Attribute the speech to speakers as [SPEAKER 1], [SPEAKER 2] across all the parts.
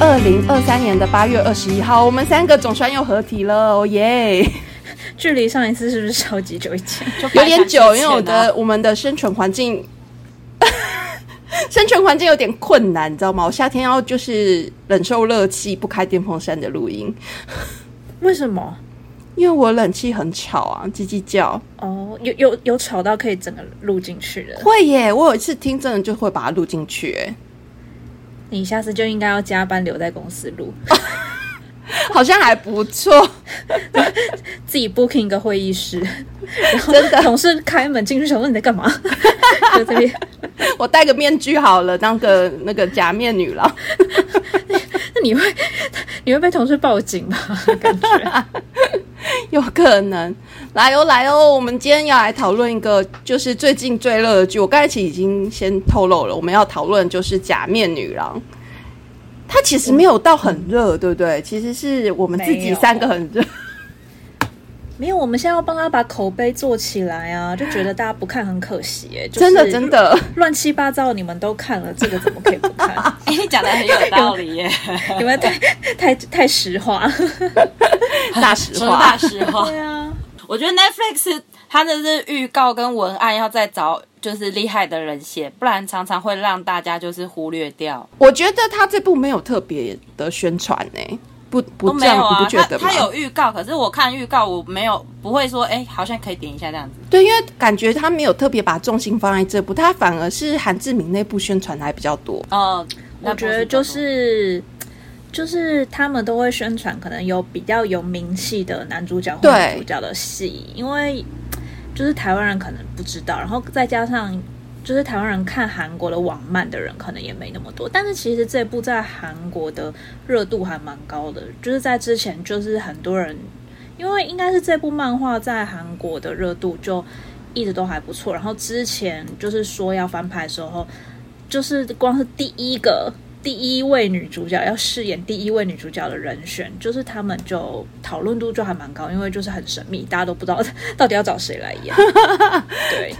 [SPEAKER 1] 二零二三年的八月二十一号，我们三个总算又合体了，哦耶！
[SPEAKER 2] 距离上一次是不是超级久以前？
[SPEAKER 1] 有点久，因为我的我们的生存环境， 生存环境有点困难，你知道吗？我夏天要就是忍受热气，不开电风扇的录音，
[SPEAKER 2] 为什么？
[SPEAKER 1] 因为我冷气很吵啊，叽叽叫。
[SPEAKER 2] 哦，有有有吵到可以整个录进去的。
[SPEAKER 1] 会耶，我有一次听真的就会把它录进去、欸，
[SPEAKER 2] 你下次就应该要加班留在公司录，
[SPEAKER 1] 好像还不错。
[SPEAKER 2] 自己 booking 一个会 议室，然后
[SPEAKER 1] 真的
[SPEAKER 2] 同事开门进去想问你在 干嘛，就这边。
[SPEAKER 1] 我戴个面具好了，当个 那个假面女郎。
[SPEAKER 2] 那你会你会被同事报警吧？感觉
[SPEAKER 1] 有可能，来哦来哦，我们今天要来讨论一个，就是最近最热的剧。我刚才其实已经先透露了，我们要讨论的就是《假面女郎》，它其实没有到很热，对不对？其实是我们自
[SPEAKER 2] 没
[SPEAKER 1] 己
[SPEAKER 2] 有
[SPEAKER 1] 三个很热。
[SPEAKER 3] 嗯
[SPEAKER 2] 没有。我们现在要帮他把口碑做起来啊，就觉得大家不看很可惜耶、就 是
[SPEAKER 1] 真的真的，
[SPEAKER 2] 乱七八糟，你们都看了，这个怎么可以不 看？
[SPEAKER 3] 哎、你讲的很有道理耶，
[SPEAKER 2] 你们太太太实 话。
[SPEAKER 1] 大实
[SPEAKER 3] 说
[SPEAKER 1] 话
[SPEAKER 3] 大。实话。
[SPEAKER 2] 对啊，
[SPEAKER 3] 我觉得 Netflix 它的这预告跟文案要再找就是厉害的人写，不然常常会让大家就是忽略掉。
[SPEAKER 1] 我觉得他这部没有特别的宣传呢、不
[SPEAKER 3] 都
[SPEAKER 1] 不这
[SPEAKER 3] 没
[SPEAKER 1] 样，
[SPEAKER 3] 有
[SPEAKER 1] 你不，
[SPEAKER 3] 啊
[SPEAKER 1] 觉
[SPEAKER 3] 它
[SPEAKER 1] 得吗
[SPEAKER 3] 它？有预告，可是我看预告我没有不会说，哎、好像可以点一下这样子。
[SPEAKER 1] 对，因为感觉他没有特别把重心放在这部，他反而是韩志明内部宣传还比较多。
[SPEAKER 3] 哦、那
[SPEAKER 2] 我觉得
[SPEAKER 3] 不
[SPEAKER 2] 就
[SPEAKER 3] 多
[SPEAKER 2] 是就是他们都会宣传，可能有比较有名气的男主角或
[SPEAKER 1] 对
[SPEAKER 2] 女主角的戏，因为就是台湾人可能不知道，然后再加上。就是台湾人看韩国的网漫的人可能也没那么多，但是其实这部在韩国的热度还蛮高的。就是在之前，就是很多人，因为应该是这部漫画在韩国的热度就一直都还不错。然后之前就是说要翻拍的时候，就是光是第一个第一位女主角要饰演第一位女主角的人选，就是他们就讨论度就还蛮高，因为就是很神秘，大家都不知道 到底要找谁来演。对，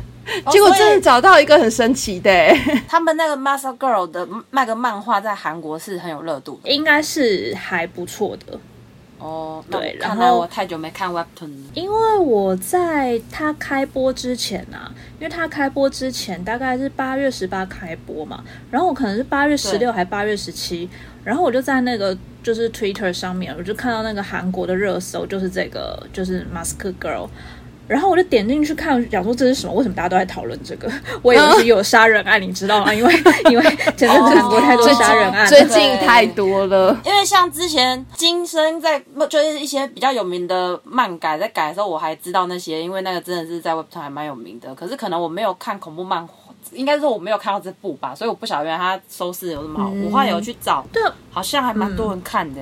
[SPEAKER 3] 哦
[SPEAKER 1] 结果
[SPEAKER 3] 所
[SPEAKER 1] 真的
[SPEAKER 3] 以
[SPEAKER 1] 找到一个很神奇的、欸，
[SPEAKER 3] 他们那个 Master Girl 的那个漫画在韩国是很有热度的
[SPEAKER 2] 应该是还不错的。
[SPEAKER 3] 哦。那
[SPEAKER 2] 对
[SPEAKER 3] 我
[SPEAKER 2] 然
[SPEAKER 3] 看来
[SPEAKER 2] 后
[SPEAKER 3] 我太久没看 Webtoon 了。
[SPEAKER 2] 因为我在他开播之前啊，因为他开播之前大概是八月十八开播嘛，然后我可能是八月十
[SPEAKER 3] 对
[SPEAKER 2] 六还八月十七，然后我就在那个就是 Twitter 上面，我就看到那个韩国的热搜就是这个就是 Mask Girl。然后我就点进去看，想说这是什么？为什么大家都在讨论这个？ 我以为是有杀人案，你知道吗？因为 因为前阵子韩 国太多
[SPEAKER 3] 哦
[SPEAKER 2] 杀人案了，
[SPEAKER 1] 嗯哦最近太多了。
[SPEAKER 3] 因为像之前金生在就是一些比较有名的漫改在改的时候，我还知道那些，因为那个真的是在 Webtoon 还蛮有名的。可是可能我没有看恐怖漫画，应该说我没有看到这部吧，所以我不晓得原来它收视有这么好。我后来有去找，
[SPEAKER 2] 对，
[SPEAKER 3] 好像还蛮多人看的、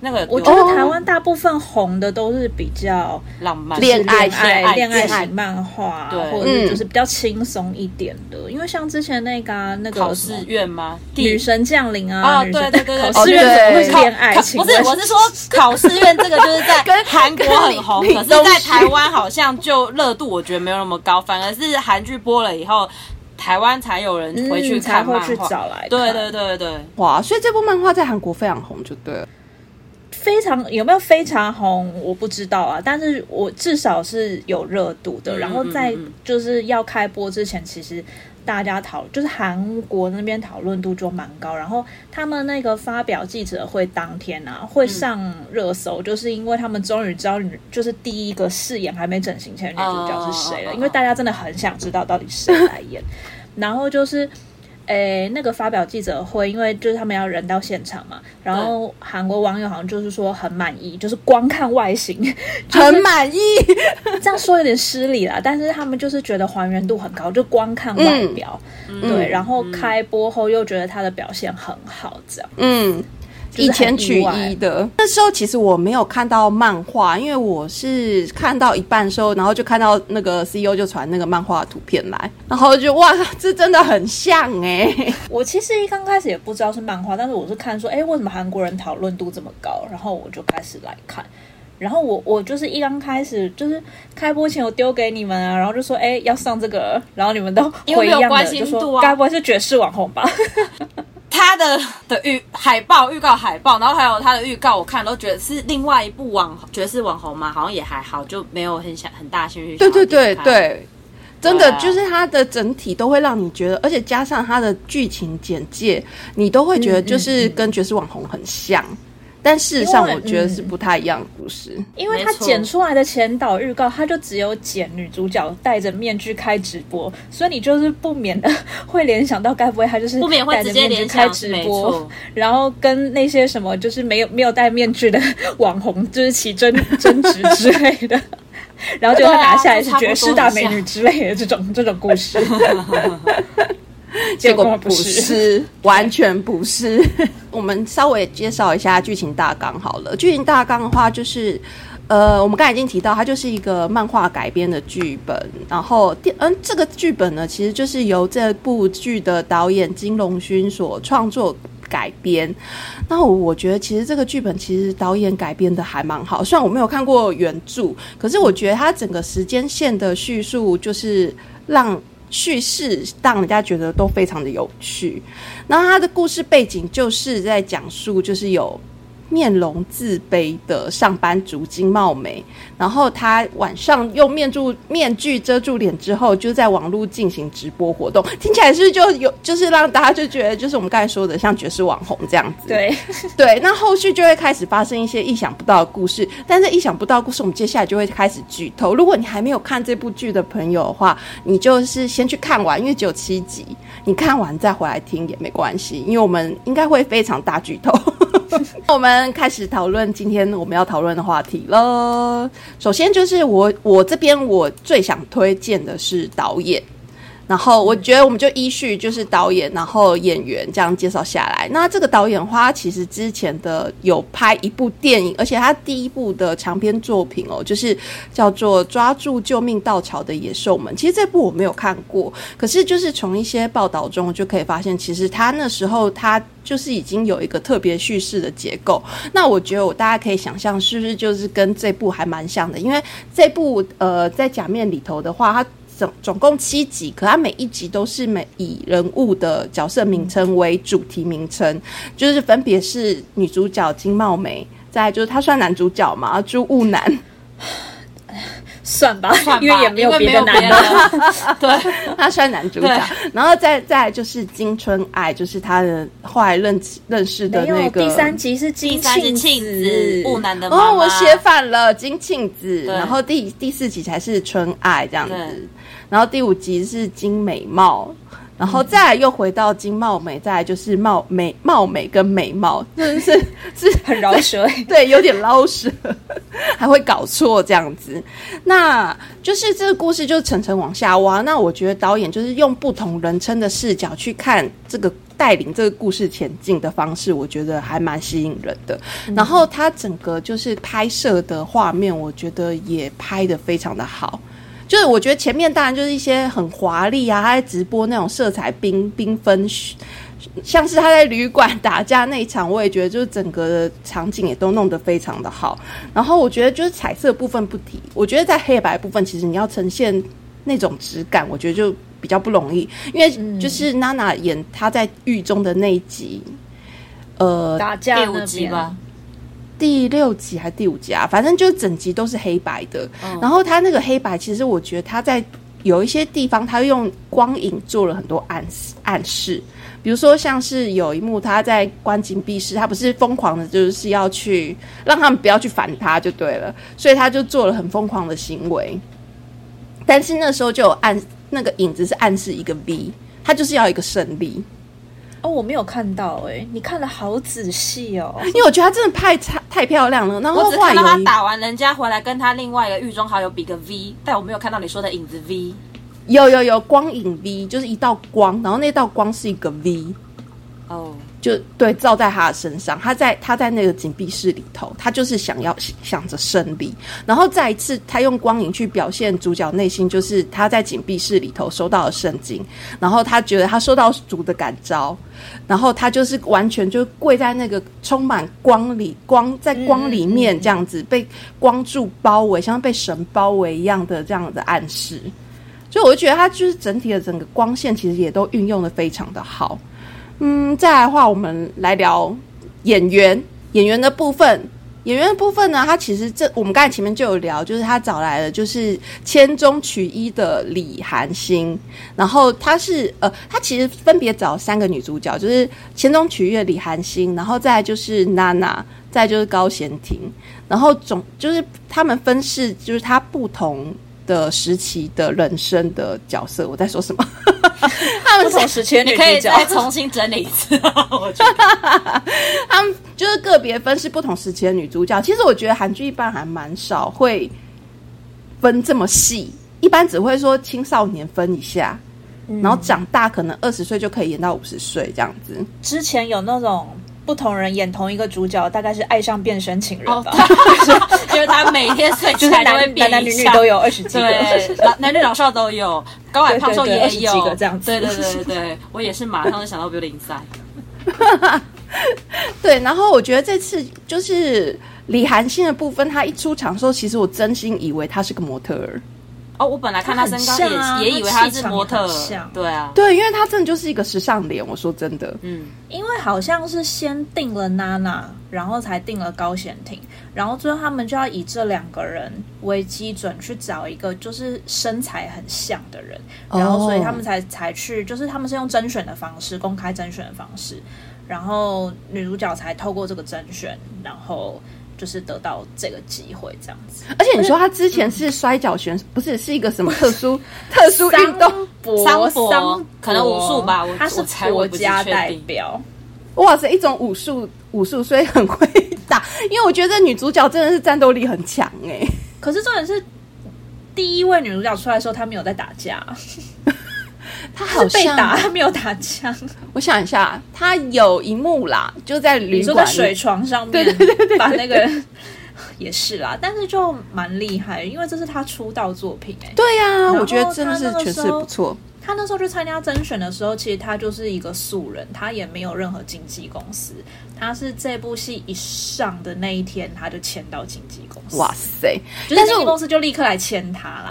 [SPEAKER 3] 那个
[SPEAKER 2] 我
[SPEAKER 3] 有
[SPEAKER 2] 觉
[SPEAKER 1] 哦
[SPEAKER 2] 得台湾大部分红的都是比较
[SPEAKER 3] 浪漫
[SPEAKER 1] 恋爱
[SPEAKER 2] 爱恋爱
[SPEAKER 3] 恋爱
[SPEAKER 2] 型漫画、啊，
[SPEAKER 3] 对嗯
[SPEAKER 2] 或者是就是比较轻松一点的，因为像之前那个啊、那个
[SPEAKER 3] 考
[SPEAKER 2] 什
[SPEAKER 3] 试
[SPEAKER 2] 么
[SPEAKER 3] 院吗？
[SPEAKER 2] 女神降临啊，
[SPEAKER 3] 啊，
[SPEAKER 2] 女
[SPEAKER 3] 对
[SPEAKER 2] 神
[SPEAKER 3] 对对对，
[SPEAKER 2] 考试院怎么会是
[SPEAKER 1] 考
[SPEAKER 2] 恋爱
[SPEAKER 3] 考
[SPEAKER 2] 情？
[SPEAKER 3] 不是，我是说考试院这个就是 在
[SPEAKER 1] 跟
[SPEAKER 3] 韩国很红，
[SPEAKER 1] 跟
[SPEAKER 3] 可是
[SPEAKER 1] 李
[SPEAKER 3] 在台湾好像就热度我觉得没有那么高，反而是韩剧播了以后，台湾才有人回去
[SPEAKER 2] 嗯才
[SPEAKER 3] 看
[SPEAKER 2] 会
[SPEAKER 3] 漫
[SPEAKER 2] 去
[SPEAKER 3] 画。
[SPEAKER 2] 找来看，
[SPEAKER 3] 对对对对，
[SPEAKER 1] 哇，所以这部漫画在韩国非常红，就对了。
[SPEAKER 2] 非常有没有非常红，我不知道啊，但是我至少是有热度的。
[SPEAKER 3] 嗯
[SPEAKER 2] 然后在
[SPEAKER 3] 嗯嗯
[SPEAKER 2] 就是要开播之前，其实大家讨就是韩国那边讨论度就蛮高。然后他们那个发表记者会当天啊，会上热搜，就是因为他们终于知道女就是第一个饰演还没整形前的女主角是谁
[SPEAKER 3] 哦哦哦
[SPEAKER 2] 了，
[SPEAKER 3] 哦
[SPEAKER 2] 因为大家真的很想知道到底谁来演。然后就是，诶，那个发表记者会，因为就是他们要人到现场嘛，然后韩国网友好像就是说很满意，就是光看外形，
[SPEAKER 1] 很满意，
[SPEAKER 2] 这样说有点失礼啦，但是他们就是觉得还原度很高，就光看外表，
[SPEAKER 3] 嗯
[SPEAKER 2] 对，然后开播后又觉得他的表现很好，这样，
[SPEAKER 1] 嗯，
[SPEAKER 2] 就是很
[SPEAKER 1] 以前取
[SPEAKER 2] 意外
[SPEAKER 1] 一的。那时候其实我没有看到漫画，因为我是看到一半的时候，然后就看到那个 CEO 就传那个漫画的图片来，然后就哇，这真的很像哎、
[SPEAKER 2] 我其实一刚开始也不知道是漫画，但是我是看说，哎，为什么韩国人讨论度这么高？然后我就开始来看。然后我我就是一刚开始就是开播前我丢给你们啊，然后就说哎要上这个，然后你们都
[SPEAKER 3] 因为
[SPEAKER 2] 回一
[SPEAKER 3] 没有
[SPEAKER 2] 样
[SPEAKER 3] 关
[SPEAKER 2] 的，
[SPEAKER 3] 心
[SPEAKER 2] 就说
[SPEAKER 3] 度啊
[SPEAKER 2] 该不会是绝世网红吧？
[SPEAKER 3] 太他的的预海报、预告海报，然后还有他的预告，我看都觉得是另外一部网爵士网红嘛，好像也还好，就没有很想很大兴趣。
[SPEAKER 1] 对对对，对，真的
[SPEAKER 3] 对啊
[SPEAKER 1] 就是它的整体都会让你觉得，而且加上它的剧情简介，你都会觉得就是跟《爵士网红》很像，但事实上
[SPEAKER 2] 因为
[SPEAKER 1] 我觉得是不太一样的故事。
[SPEAKER 2] 因为他
[SPEAKER 3] 没错
[SPEAKER 2] 剪出来的前导预告，他就只有剪女主角戴着面具开直播，所以你就是不免的会联想到，该不会他就是
[SPEAKER 3] 不免会
[SPEAKER 2] 戴着
[SPEAKER 3] 直接
[SPEAKER 2] 面具
[SPEAKER 3] 联
[SPEAKER 2] 开
[SPEAKER 3] 想，
[SPEAKER 2] 直
[SPEAKER 3] 没
[SPEAKER 2] 播
[SPEAKER 3] 错，。
[SPEAKER 2] 然后跟那些什么就是没有没有戴面具的网红就是起争争执之类 的。然后就他
[SPEAKER 3] 对啊
[SPEAKER 2] 拿下来
[SPEAKER 3] 就是差不多
[SPEAKER 2] 绝世大美
[SPEAKER 3] 很
[SPEAKER 2] 女
[SPEAKER 3] 像
[SPEAKER 2] 之类的这
[SPEAKER 3] 啊
[SPEAKER 2] 种这种故 事，
[SPEAKER 1] 结
[SPEAKER 2] 结
[SPEAKER 1] 果
[SPEAKER 2] 果
[SPEAKER 1] 不
[SPEAKER 2] 不
[SPEAKER 1] 是， 完全不是。 我们稍微介绍一下剧情大纲好了。剧情大纲的话，就是呃，我们刚才已经提到，它就是一个漫画改编的剧本。然后第嗯，这个剧本呢，其实就是由这部剧的导演金龙勋所创作。改编，那我觉得其实这个剧本其实导演改编的还蛮好，虽然我没有看过原著，可是我觉得它整个时间线的叙述就是让叙事让人家觉得都非常的有趣。然后它的故事背景就是在讲述，就是有面容自卑的上班族金茂美，然后她晚上用面住面具遮住脸之后，就在网络进行直播活动，听起来是不是就有就是让大家就觉得就是我们刚才说的像爵士网红这样子，
[SPEAKER 2] 对，
[SPEAKER 1] 对，那后续就会开始发生一些意想不到的故事，但是意想不到的故事，我们接下来就会开始剧透。如果你还没有看这部剧的朋友的话，你就是先去看完，因为只有七集，你看完再回来听也没关系，因为我们应该会非常大剧透。我们开始讨论今天我们要讨论的话题了。首先就是我我这边我最想推荐的是导演。然后我觉得我们就依序就是导演，然后演员这样介绍下来。那这个导演花其实之前的有拍一部电影，而且他第一部的长篇作品哦，就是叫做《抓住救命稻草的野兽们》。其实这部我没有看过，可是就是从一些报道中就可以发现，其实他那时候他就是已经有一个特别叙事的结构。那我觉得我大家可以想象，是不是就是跟这部还蛮像的？因为这部呃，在假面里头的话，它总总共七集，可它每一集都是每以人物的角色名称为主题名称，就是分别是女主角金茂美，再来就是他算男主角嘛，朱雾男，
[SPEAKER 2] 算吧，
[SPEAKER 3] 算吧
[SPEAKER 2] 因为也没有别的男的，
[SPEAKER 3] 的，对，
[SPEAKER 1] 他算男主角
[SPEAKER 3] 对，
[SPEAKER 1] 然后再再来就是金春爱，就是他的后来认认识的
[SPEAKER 2] 没有
[SPEAKER 1] 那个
[SPEAKER 2] 第三集是
[SPEAKER 3] 第
[SPEAKER 2] 金
[SPEAKER 3] 三是
[SPEAKER 2] 庆
[SPEAKER 3] 庆子，雾男的妈妈。
[SPEAKER 1] 哦，我写反了，金庆子，
[SPEAKER 3] 对
[SPEAKER 1] 然后第第四集才是春爱这样
[SPEAKER 3] 对
[SPEAKER 1] 子，然后第五集是金美貌，然后再来又回到金貌美，再来就是貌美貌美跟美貌，真的是是
[SPEAKER 2] 很饶舌。
[SPEAKER 1] 对，有点捞舌，还会搞错这样子。那就是这个故事就层层往下挖。那我觉得导演就是用不同人称的视角去看这个带领这个故事前进的方式，我觉得还蛮吸引人的。然后他整个就是拍摄的画面，我觉得也拍得非常的好。就是我觉得前面当然就是一些很华丽啊，他在直播那种色彩缤缤纷，像是他在旅馆打架那一场，我也觉得就是整个的场景也都弄得非常的好。然后我觉得就是彩色部分不提，我觉得在黑白部分，其实你要呈现那种质感，我觉得就比较不容易，因为就是娜娜演她在狱中的那一集，呃，
[SPEAKER 2] 打架
[SPEAKER 3] 第
[SPEAKER 2] 那
[SPEAKER 3] 五
[SPEAKER 2] 边
[SPEAKER 3] 集吧，
[SPEAKER 1] 第六集还是第五集啊，反正就是整集都是黑白的。
[SPEAKER 3] 嗯
[SPEAKER 1] 然后它那个黑白，其实我觉得它在有一些地方，它用光影做了很多暗示暗示，比如说像是有一幕他在关禁闭室，他不是疯狂的，就是要去让他们不要去烦他就对了，所以他就做了很疯狂的行为。但是那时候就有暗那个影子是暗示一个 V，他就是要一个胜利。
[SPEAKER 2] 哦，我没有看到哎、你看的好仔细 哦。
[SPEAKER 1] 因为我觉得他真的拍太太漂亮了，然后
[SPEAKER 3] 我只
[SPEAKER 1] 后来
[SPEAKER 3] 看到
[SPEAKER 1] 有
[SPEAKER 3] 他
[SPEAKER 1] 一
[SPEAKER 3] 打完人家回来，跟他另外一个狱中好友比个 V，但我没有看到你说的影子 V。
[SPEAKER 1] 有有有光影 V，就是一道光，然后那道光是一个 V，
[SPEAKER 3] 哦，
[SPEAKER 1] 就对照在他的身上。他在他在那个紧闭室里头，他就是想要想着胜利，然后再一次他用光影去表现主角内心，就是他在紧闭室里头收到了圣经，然后他觉得他受到主的感召，然后他就是完全就跪在那个充满光里光在光里面这样子、被光柱包围，像被神包围一样的这样的暗示。所以我就觉得它就是整体的整个光线其实也都运用的非常的好。嗯，再来的话，我们来聊演员演员的部分。演员的部分呢，他其实这我们刚才前面就有聊，就是他找来了就是千中取一的李韩星，然后他是呃，他其实分别找三个女主角，就是千中取一的李韩星，然后再来就是娜娜，再来就是高贤婷，然后总就是他们分饰就是他不同的时期的人生的角色。我在说什么？他
[SPEAKER 2] 不
[SPEAKER 1] 们是
[SPEAKER 2] 同时期的
[SPEAKER 3] 你
[SPEAKER 2] 女
[SPEAKER 3] 可以
[SPEAKER 2] 主角，
[SPEAKER 3] 再重新整理一次，我觉 得
[SPEAKER 1] 他们就是个别分是不同时期的女主角。其实我觉得韩剧一般还蛮少会分这么细，一般只会说青少年分一下，然后长大可能二十岁就可以演到五十岁这样子。
[SPEAKER 2] 之前有那种不同人演同一个主角，大概是爱上变身情人吧，
[SPEAKER 3] 因为他每天睡
[SPEAKER 2] 就
[SPEAKER 3] 起
[SPEAKER 2] 是
[SPEAKER 3] 来
[SPEAKER 2] 男
[SPEAKER 3] 都哦会
[SPEAKER 2] 男
[SPEAKER 3] 变
[SPEAKER 2] 男
[SPEAKER 3] 一
[SPEAKER 2] 女女
[SPEAKER 3] 下
[SPEAKER 2] 都。有二十几个。
[SPEAKER 3] 对，老男女老少都有，高矮胖瘦
[SPEAKER 2] 对对
[SPEAKER 3] 也
[SPEAKER 2] 对
[SPEAKER 3] 有，
[SPEAKER 2] 20几个这样子
[SPEAKER 3] 对对对对对，我也是马上就想到 Building 赛，
[SPEAKER 1] 对，然后我觉得这次就是李韩星的部分，她一出场的时候，其实我真心以为她是个模特儿。
[SPEAKER 3] 哦，我本来看他身
[SPEAKER 2] 他
[SPEAKER 3] 高
[SPEAKER 2] 很
[SPEAKER 3] 也、
[SPEAKER 2] 像啊
[SPEAKER 3] 也以为他是模
[SPEAKER 2] 他
[SPEAKER 3] 特
[SPEAKER 2] 气场也很像，
[SPEAKER 3] 对啊，
[SPEAKER 1] 对，因为她真的就是一个时尚脸。我说真的，
[SPEAKER 3] 嗯，
[SPEAKER 2] 因为好像是先定了娜娜，然后才定了高贤廷，然后最后他们就要以这两个人为基准去找一个就是身材很像的人，
[SPEAKER 1] 哦
[SPEAKER 2] 然后所以他们才才去，就是他们是用甄选的方式，公开甄选的方式，然后女主角才透过这个甄选，然后就是得到这个机会这样子。
[SPEAKER 1] 而且你说她之前是摔跤选手，不是是一个什么特殊特殊运动？
[SPEAKER 2] 博
[SPEAKER 3] 桑博
[SPEAKER 2] 桑
[SPEAKER 3] 可能武术吧我
[SPEAKER 2] 他是
[SPEAKER 3] 我猜我
[SPEAKER 2] 国
[SPEAKER 3] 不是
[SPEAKER 2] 家
[SPEAKER 3] 确定
[SPEAKER 2] 代表。
[SPEAKER 1] 哇塞，一种武术武术，所以很会打。因为我觉得女主角真的是战斗力很强哎、
[SPEAKER 2] 可是重点是，第一位女主角出来的时候，她没有在打架，
[SPEAKER 1] 她
[SPEAKER 2] 她
[SPEAKER 1] 好
[SPEAKER 2] 是被
[SPEAKER 1] 像
[SPEAKER 2] 打，她没有打架。
[SPEAKER 1] 我想一下，她有一幕啦，就在
[SPEAKER 2] 你
[SPEAKER 1] 旅
[SPEAKER 2] 说在
[SPEAKER 1] 馆
[SPEAKER 2] 水
[SPEAKER 1] 里，
[SPEAKER 2] 床上面，
[SPEAKER 1] 对对对对对
[SPEAKER 2] 把那个也是啦，但是就蛮厉害，因为这是她出道作品哎、
[SPEAKER 1] 对呀、
[SPEAKER 2] 然后
[SPEAKER 1] 我觉得真的是
[SPEAKER 2] 她那个
[SPEAKER 1] 诠
[SPEAKER 2] 时
[SPEAKER 1] 释
[SPEAKER 2] 候
[SPEAKER 1] 不错。
[SPEAKER 2] 她那时候去参加甄选的时候，其实她就是一个素人，她也没有任何经纪公司，她是这部戏一上的那一天，她就签到经纪公司。
[SPEAKER 1] 哇！塞！
[SPEAKER 2] 就是
[SPEAKER 1] 但是
[SPEAKER 2] 经
[SPEAKER 1] 我
[SPEAKER 2] 纪公司就立刻来签她啦。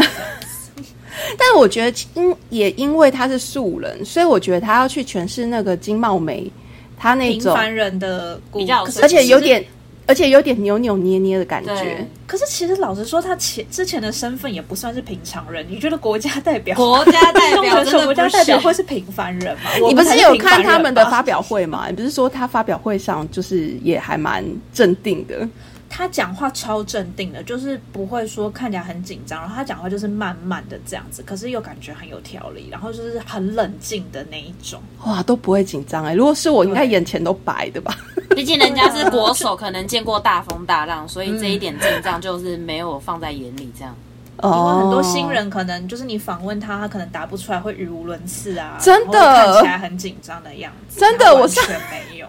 [SPEAKER 1] 但是我觉得因也因为她是素人，所以我觉得她要去诠释那个金茂梅，她那
[SPEAKER 2] 平
[SPEAKER 1] 种，
[SPEAKER 2] 凡人的故
[SPEAKER 3] 比较有
[SPEAKER 2] 可是
[SPEAKER 1] 而且
[SPEAKER 2] 其实
[SPEAKER 1] 有点，而且有点扭扭捏捏的感觉
[SPEAKER 3] 对。，
[SPEAKER 2] 可是其实老实说，他前之前的身份也不算是平常人。你觉得国家代表、
[SPEAKER 3] 国家代
[SPEAKER 2] 运动
[SPEAKER 3] 表
[SPEAKER 2] 选手、
[SPEAKER 3] 真
[SPEAKER 2] 国
[SPEAKER 3] 的
[SPEAKER 2] 家
[SPEAKER 3] 不
[SPEAKER 2] 代表
[SPEAKER 3] 是
[SPEAKER 2] 会是平凡人吗？我
[SPEAKER 1] 你不
[SPEAKER 2] 们才
[SPEAKER 1] 是
[SPEAKER 2] 是
[SPEAKER 1] 有
[SPEAKER 2] 平凡
[SPEAKER 1] 看他们的
[SPEAKER 2] 人吧
[SPEAKER 1] 发表会吗？你不是说他发表会上就是也还蛮镇定的？
[SPEAKER 2] 他讲话超镇定的，就是不会说看起来很紧张，然后他讲话就是慢慢的这样子，可是又感觉很有条理，然后就是很冷静的那一种。
[SPEAKER 1] 哇，都不会紧张哎。如果是我，应该眼前都白的吧？
[SPEAKER 3] 毕竟人家是国手，可能见过大风大浪，所以这一点阵仗就是没有放在眼里。这样，
[SPEAKER 2] 因为
[SPEAKER 1] 哦
[SPEAKER 2] 很多新人可能就是你访问他，他可能答不出来，会语无伦次啊，
[SPEAKER 1] 真的
[SPEAKER 2] 然后会看起来很紧张的样子，
[SPEAKER 1] 真的
[SPEAKER 2] 然后
[SPEAKER 1] 我
[SPEAKER 2] 完
[SPEAKER 1] 上
[SPEAKER 2] 全没有。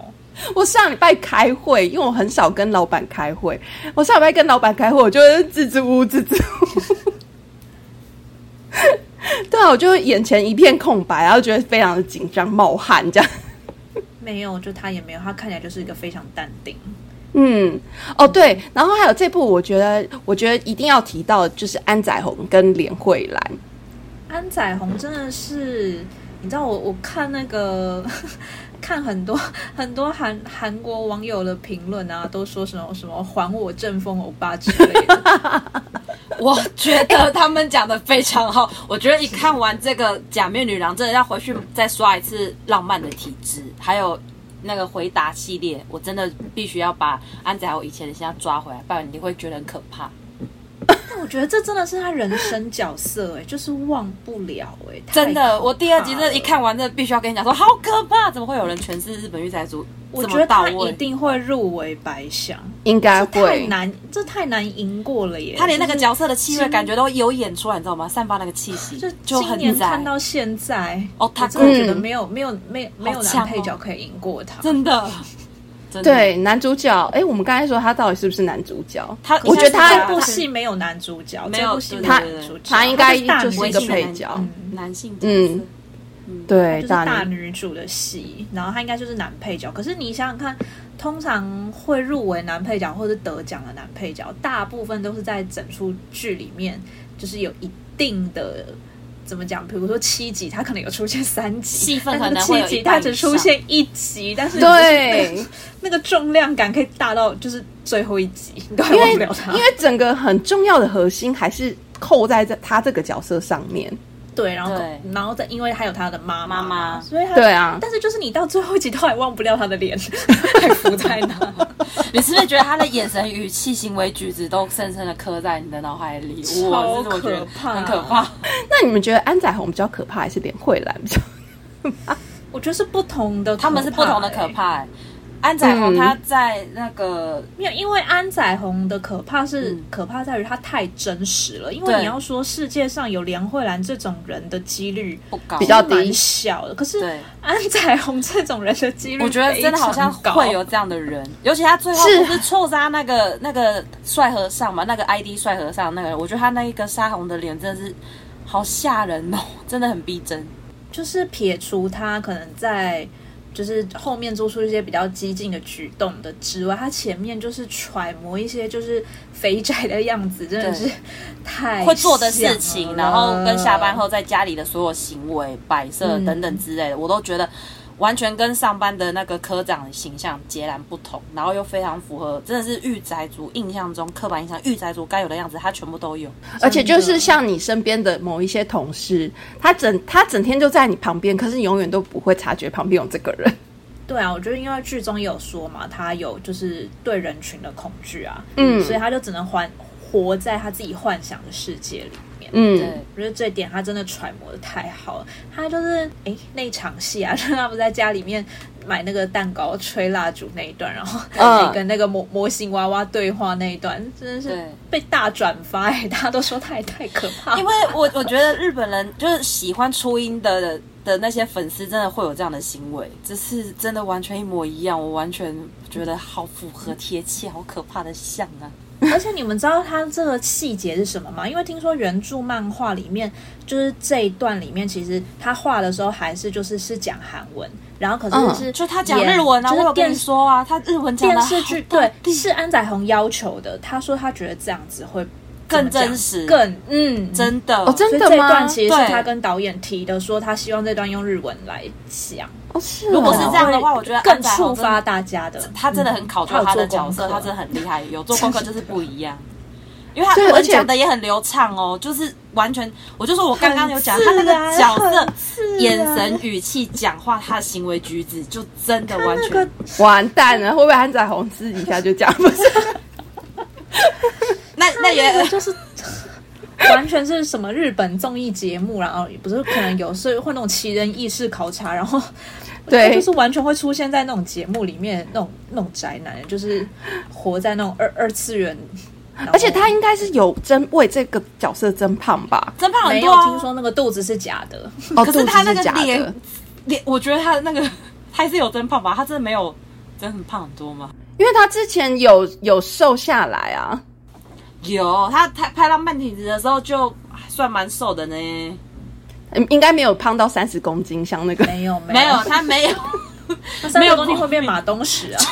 [SPEAKER 1] 我上礼拜开会，因为我很少跟老板开会。我上礼拜跟老板开会，我就是支支吾吾，支支吾吾。 对啊，我就眼前一片空白，然后觉得非常的紧张、冒汗这样。
[SPEAKER 2] 没有，就他也没有，他看起来就是一个非常淡定。
[SPEAKER 1] 嗯，哦对，然后还有这部，我觉得我觉得一定要提到就是安宰红跟连慧兰。
[SPEAKER 2] 安宰红真的是，你知道我我看那个 看很多很多韩韩国网友的评论啊，都说什么什么还我正风欧巴之类的，
[SPEAKER 3] 我觉得他们讲的非常好。我觉得一看完这个《假面女郎》，真的要回去再刷一次《浪漫的体质》，还有那个回答系列，我真的必须要把安仔还有以前的现在抓回来，不然你会觉得很可怕。
[SPEAKER 2] 但我觉得这真的是他人生角色哎、就是忘不了哎、太
[SPEAKER 3] 真的，
[SPEAKER 2] 可
[SPEAKER 3] 我第二集
[SPEAKER 2] 怕
[SPEAKER 3] 真的
[SPEAKER 2] 了
[SPEAKER 3] 一看完，真的必须要跟你讲说，好可怕！怎么会有人诠释日本御宅族
[SPEAKER 2] 我
[SPEAKER 3] 这
[SPEAKER 2] 觉
[SPEAKER 3] 么
[SPEAKER 2] 得
[SPEAKER 3] 到
[SPEAKER 2] 他一
[SPEAKER 3] 位？
[SPEAKER 2] 定会入围百想，
[SPEAKER 1] 应该
[SPEAKER 2] 太
[SPEAKER 1] 会，
[SPEAKER 2] 难，这太难赢过了耶！
[SPEAKER 3] 他连那个
[SPEAKER 2] 就是
[SPEAKER 3] 角色的气味感觉都有演出来，你知道吗？散发那个气息，
[SPEAKER 2] 就
[SPEAKER 3] 就
[SPEAKER 2] 今
[SPEAKER 3] 很
[SPEAKER 2] 年
[SPEAKER 3] 宅
[SPEAKER 2] 看到现在，
[SPEAKER 3] 哦他
[SPEAKER 2] 我真的觉得
[SPEAKER 1] 嗯
[SPEAKER 2] 没有没有没有没有
[SPEAKER 3] 好强
[SPEAKER 2] 男配
[SPEAKER 3] 哦
[SPEAKER 2] 角可以赢过他。
[SPEAKER 3] 真的，真的。
[SPEAKER 1] 对男主角，哎、我们刚才说他到底是不是男主角？
[SPEAKER 3] 他
[SPEAKER 1] 我觉得他
[SPEAKER 2] 这部戏没有男主角，
[SPEAKER 3] 没
[SPEAKER 2] 这
[SPEAKER 3] 有
[SPEAKER 2] 部戏没有
[SPEAKER 1] 他
[SPEAKER 2] 男主角，
[SPEAKER 1] 他应该
[SPEAKER 2] 它
[SPEAKER 1] 就是一个
[SPEAKER 2] 大女主
[SPEAKER 1] 配角，
[SPEAKER 3] 男性
[SPEAKER 1] 嗯
[SPEAKER 3] 嗯，
[SPEAKER 1] 对，
[SPEAKER 2] 就是
[SPEAKER 1] 大
[SPEAKER 2] 大
[SPEAKER 1] 女
[SPEAKER 2] 女主的戏，然后他应该就是男配角。可是你想想看，通常会入围男配角或者是得奖的男配角，大部分都是在整出剧里面就是有一定的怎么讲？比如说七集，它可能有出现三集，
[SPEAKER 3] 戏份
[SPEAKER 2] 但
[SPEAKER 3] 可能
[SPEAKER 2] 是
[SPEAKER 3] 会有
[SPEAKER 2] 七集
[SPEAKER 3] 一半
[SPEAKER 2] 它只出现一集，但是就是那
[SPEAKER 1] 对
[SPEAKER 2] 个，那个重量感可以大到就是最后一集，你都还
[SPEAKER 1] 因为
[SPEAKER 2] 忘不了它
[SPEAKER 1] 因。为整个很重要的核心还是扣在这他这个角色上面。
[SPEAKER 2] 对，然后
[SPEAKER 3] 对
[SPEAKER 2] 然后再因为还有他的妈妈
[SPEAKER 3] 妈妈
[SPEAKER 2] 所以他
[SPEAKER 1] 对啊
[SPEAKER 2] 但是就是你到最后一集都还忘不了他的 脸，还浮在那，
[SPEAKER 3] 你是不是觉得他的眼神、语气、行为举止都深深的刻在你的脑海里？我是我觉得
[SPEAKER 2] 超可怕
[SPEAKER 3] 很可怕。
[SPEAKER 1] 那你们觉得安宰红比较可怕，还是连慧兰比较？
[SPEAKER 2] 我觉得是不同的可怕欸，
[SPEAKER 3] 他们是不同的可怕、欸。安宰红
[SPEAKER 1] 嗯
[SPEAKER 3] 他在那个
[SPEAKER 2] 没有，因为安宰红的可怕是、
[SPEAKER 3] 嗯
[SPEAKER 2] 可怕在于它太真实了。因为
[SPEAKER 3] 对
[SPEAKER 2] 你要说世界上有梁慧兰这种人的几率
[SPEAKER 3] 不高，
[SPEAKER 1] 比较
[SPEAKER 2] 是蛮
[SPEAKER 1] 低
[SPEAKER 2] 小的，可是
[SPEAKER 3] 对
[SPEAKER 2] 安宰红这种人的几率
[SPEAKER 3] 我觉得真的好像
[SPEAKER 2] 嗯非常高
[SPEAKER 3] 会有这样的人，尤其他最后
[SPEAKER 1] 是
[SPEAKER 3] 不是错杀那个那个帅和尚嘛，那个 ID 帅和尚那个人，我觉得他那一个杀红的脸真的是好吓人哦， 真的很逼真。
[SPEAKER 2] 就是撇除他可能在就是后面做出一些比较激进的举动的之外，他前面就是揣摩一些就是肥宅的样子，真的是
[SPEAKER 3] 对
[SPEAKER 2] 太
[SPEAKER 3] 会做的事情，
[SPEAKER 2] 像了
[SPEAKER 3] 然后跟下班后在家里的所有行为、摆设
[SPEAKER 2] 嗯
[SPEAKER 3] 等等之类的，我都觉得完全跟上班的那个科长的形象截然不同，然后又非常符合，真的是御宅族印象中刻板印象御宅族该有的样子，他全部都有。
[SPEAKER 1] 而且就是像你身边的某一些同事，他整他整天就在你旁边，可是你永远都不会察觉旁边有这个人。
[SPEAKER 2] 对啊，我觉得因为剧中有说嘛，他有就是对人群的恐惧啊，
[SPEAKER 1] 嗯
[SPEAKER 2] 所以他就只能还活在他自己幻想的世界里面。
[SPEAKER 1] 嗯
[SPEAKER 3] 对，
[SPEAKER 2] 我觉得这一点他真的揣摩的太好了。他就是诶那一场戏啊， 就是他们在家里面买那个蛋糕、吹蜡烛那一段，然后
[SPEAKER 1] 嗯
[SPEAKER 2] 跟那个模模型娃娃对话那一段，真的是
[SPEAKER 3] 对
[SPEAKER 2] 被大转发诶，大家都说他也太可怕
[SPEAKER 3] 因
[SPEAKER 2] 了。
[SPEAKER 3] 为我我觉得日本人就是喜欢初音的的那些粉丝，真的会有这样的行为，只是真的完全一模一样，我完全觉得好符合贴切，好可怕的像啊！
[SPEAKER 2] 而且你们知道他这个细节是什么吗？因为听说原著漫画里面，就是这一段里面，其实他画的时候还是就是是讲韩文，然后可
[SPEAKER 1] 嗯
[SPEAKER 2] 是是、
[SPEAKER 3] 就他讲日文啊，
[SPEAKER 2] 就是
[SPEAKER 3] 我有跟
[SPEAKER 2] 电
[SPEAKER 3] 你
[SPEAKER 2] 视
[SPEAKER 3] 说啊，他日文讲的
[SPEAKER 2] 电视剧对
[SPEAKER 3] 嗯
[SPEAKER 2] 是安宰红要求的，他说他觉得这样子会
[SPEAKER 3] 更
[SPEAKER 2] 怎么讲
[SPEAKER 3] 真实
[SPEAKER 2] 更嗯
[SPEAKER 3] 真的，
[SPEAKER 1] 哦，真
[SPEAKER 2] 所以
[SPEAKER 1] 的
[SPEAKER 2] 这一
[SPEAKER 1] 吗
[SPEAKER 2] 段？其实是
[SPEAKER 3] 对
[SPEAKER 2] 他跟导演提的，说他希望这段用日文来讲。
[SPEAKER 1] 哦，是哦。
[SPEAKER 3] 如果是这样的话
[SPEAKER 2] 会
[SPEAKER 3] 我觉得
[SPEAKER 2] 更
[SPEAKER 3] 安宰红
[SPEAKER 2] 触发大家的。
[SPEAKER 3] 他真的很考究
[SPEAKER 2] 嗯
[SPEAKER 3] 他的
[SPEAKER 2] 有做
[SPEAKER 3] 角
[SPEAKER 2] 功
[SPEAKER 3] 色，
[SPEAKER 2] 课
[SPEAKER 3] 他真的很厉 害，有做功课就是不一样。因为他
[SPEAKER 1] 对
[SPEAKER 3] 日
[SPEAKER 1] 而
[SPEAKER 3] 文
[SPEAKER 1] 且
[SPEAKER 3] 讲的也很流畅哦，就是完全，我就说我刚刚有讲他那
[SPEAKER 2] 很
[SPEAKER 3] 个
[SPEAKER 2] 自
[SPEAKER 3] 角
[SPEAKER 2] 然
[SPEAKER 3] 色
[SPEAKER 2] 很、啊自然
[SPEAKER 3] 眼神、语气、讲话，他的行为举止，就真的完
[SPEAKER 2] 那
[SPEAKER 3] 全
[SPEAKER 2] 个
[SPEAKER 1] 完蛋了，会不会安宰红私底下就讲？ 不是，
[SPEAKER 3] 那那
[SPEAKER 2] 那
[SPEAKER 3] 也呃
[SPEAKER 2] 个就是。完全是什么日本综艺节目啦，然后不是可能有时候会那种奇人异事考察，然后
[SPEAKER 1] 对
[SPEAKER 2] 就是完全会出现在那种节目里面，那种那种宅男，就是活在那种二二次元。然后
[SPEAKER 1] 而且他应该是有真为这个角色增胖吧？
[SPEAKER 3] 真胖很
[SPEAKER 2] 没
[SPEAKER 3] 多
[SPEAKER 2] 有
[SPEAKER 3] 啊。
[SPEAKER 2] 听说那个肚子是假的，
[SPEAKER 1] 哦，
[SPEAKER 3] 嗯可是他那
[SPEAKER 1] 肚子
[SPEAKER 3] 个
[SPEAKER 1] 是假的
[SPEAKER 3] 脸，脸我觉得他的那个还是有真胖吧，他真的没有真的很胖很多吗？
[SPEAKER 1] 因为他之前有有瘦下来啊。
[SPEAKER 3] 有，他他拍到慢体子的时候就算蛮瘦的呢。
[SPEAKER 1] 嗯应该没有胖到三十公斤，像那个
[SPEAKER 2] 没有
[SPEAKER 3] 没
[SPEAKER 2] 有
[SPEAKER 3] 有，，他 没有，
[SPEAKER 2] 那三
[SPEAKER 3] 没
[SPEAKER 2] 个
[SPEAKER 3] 有
[SPEAKER 2] 东西会变马东石啊。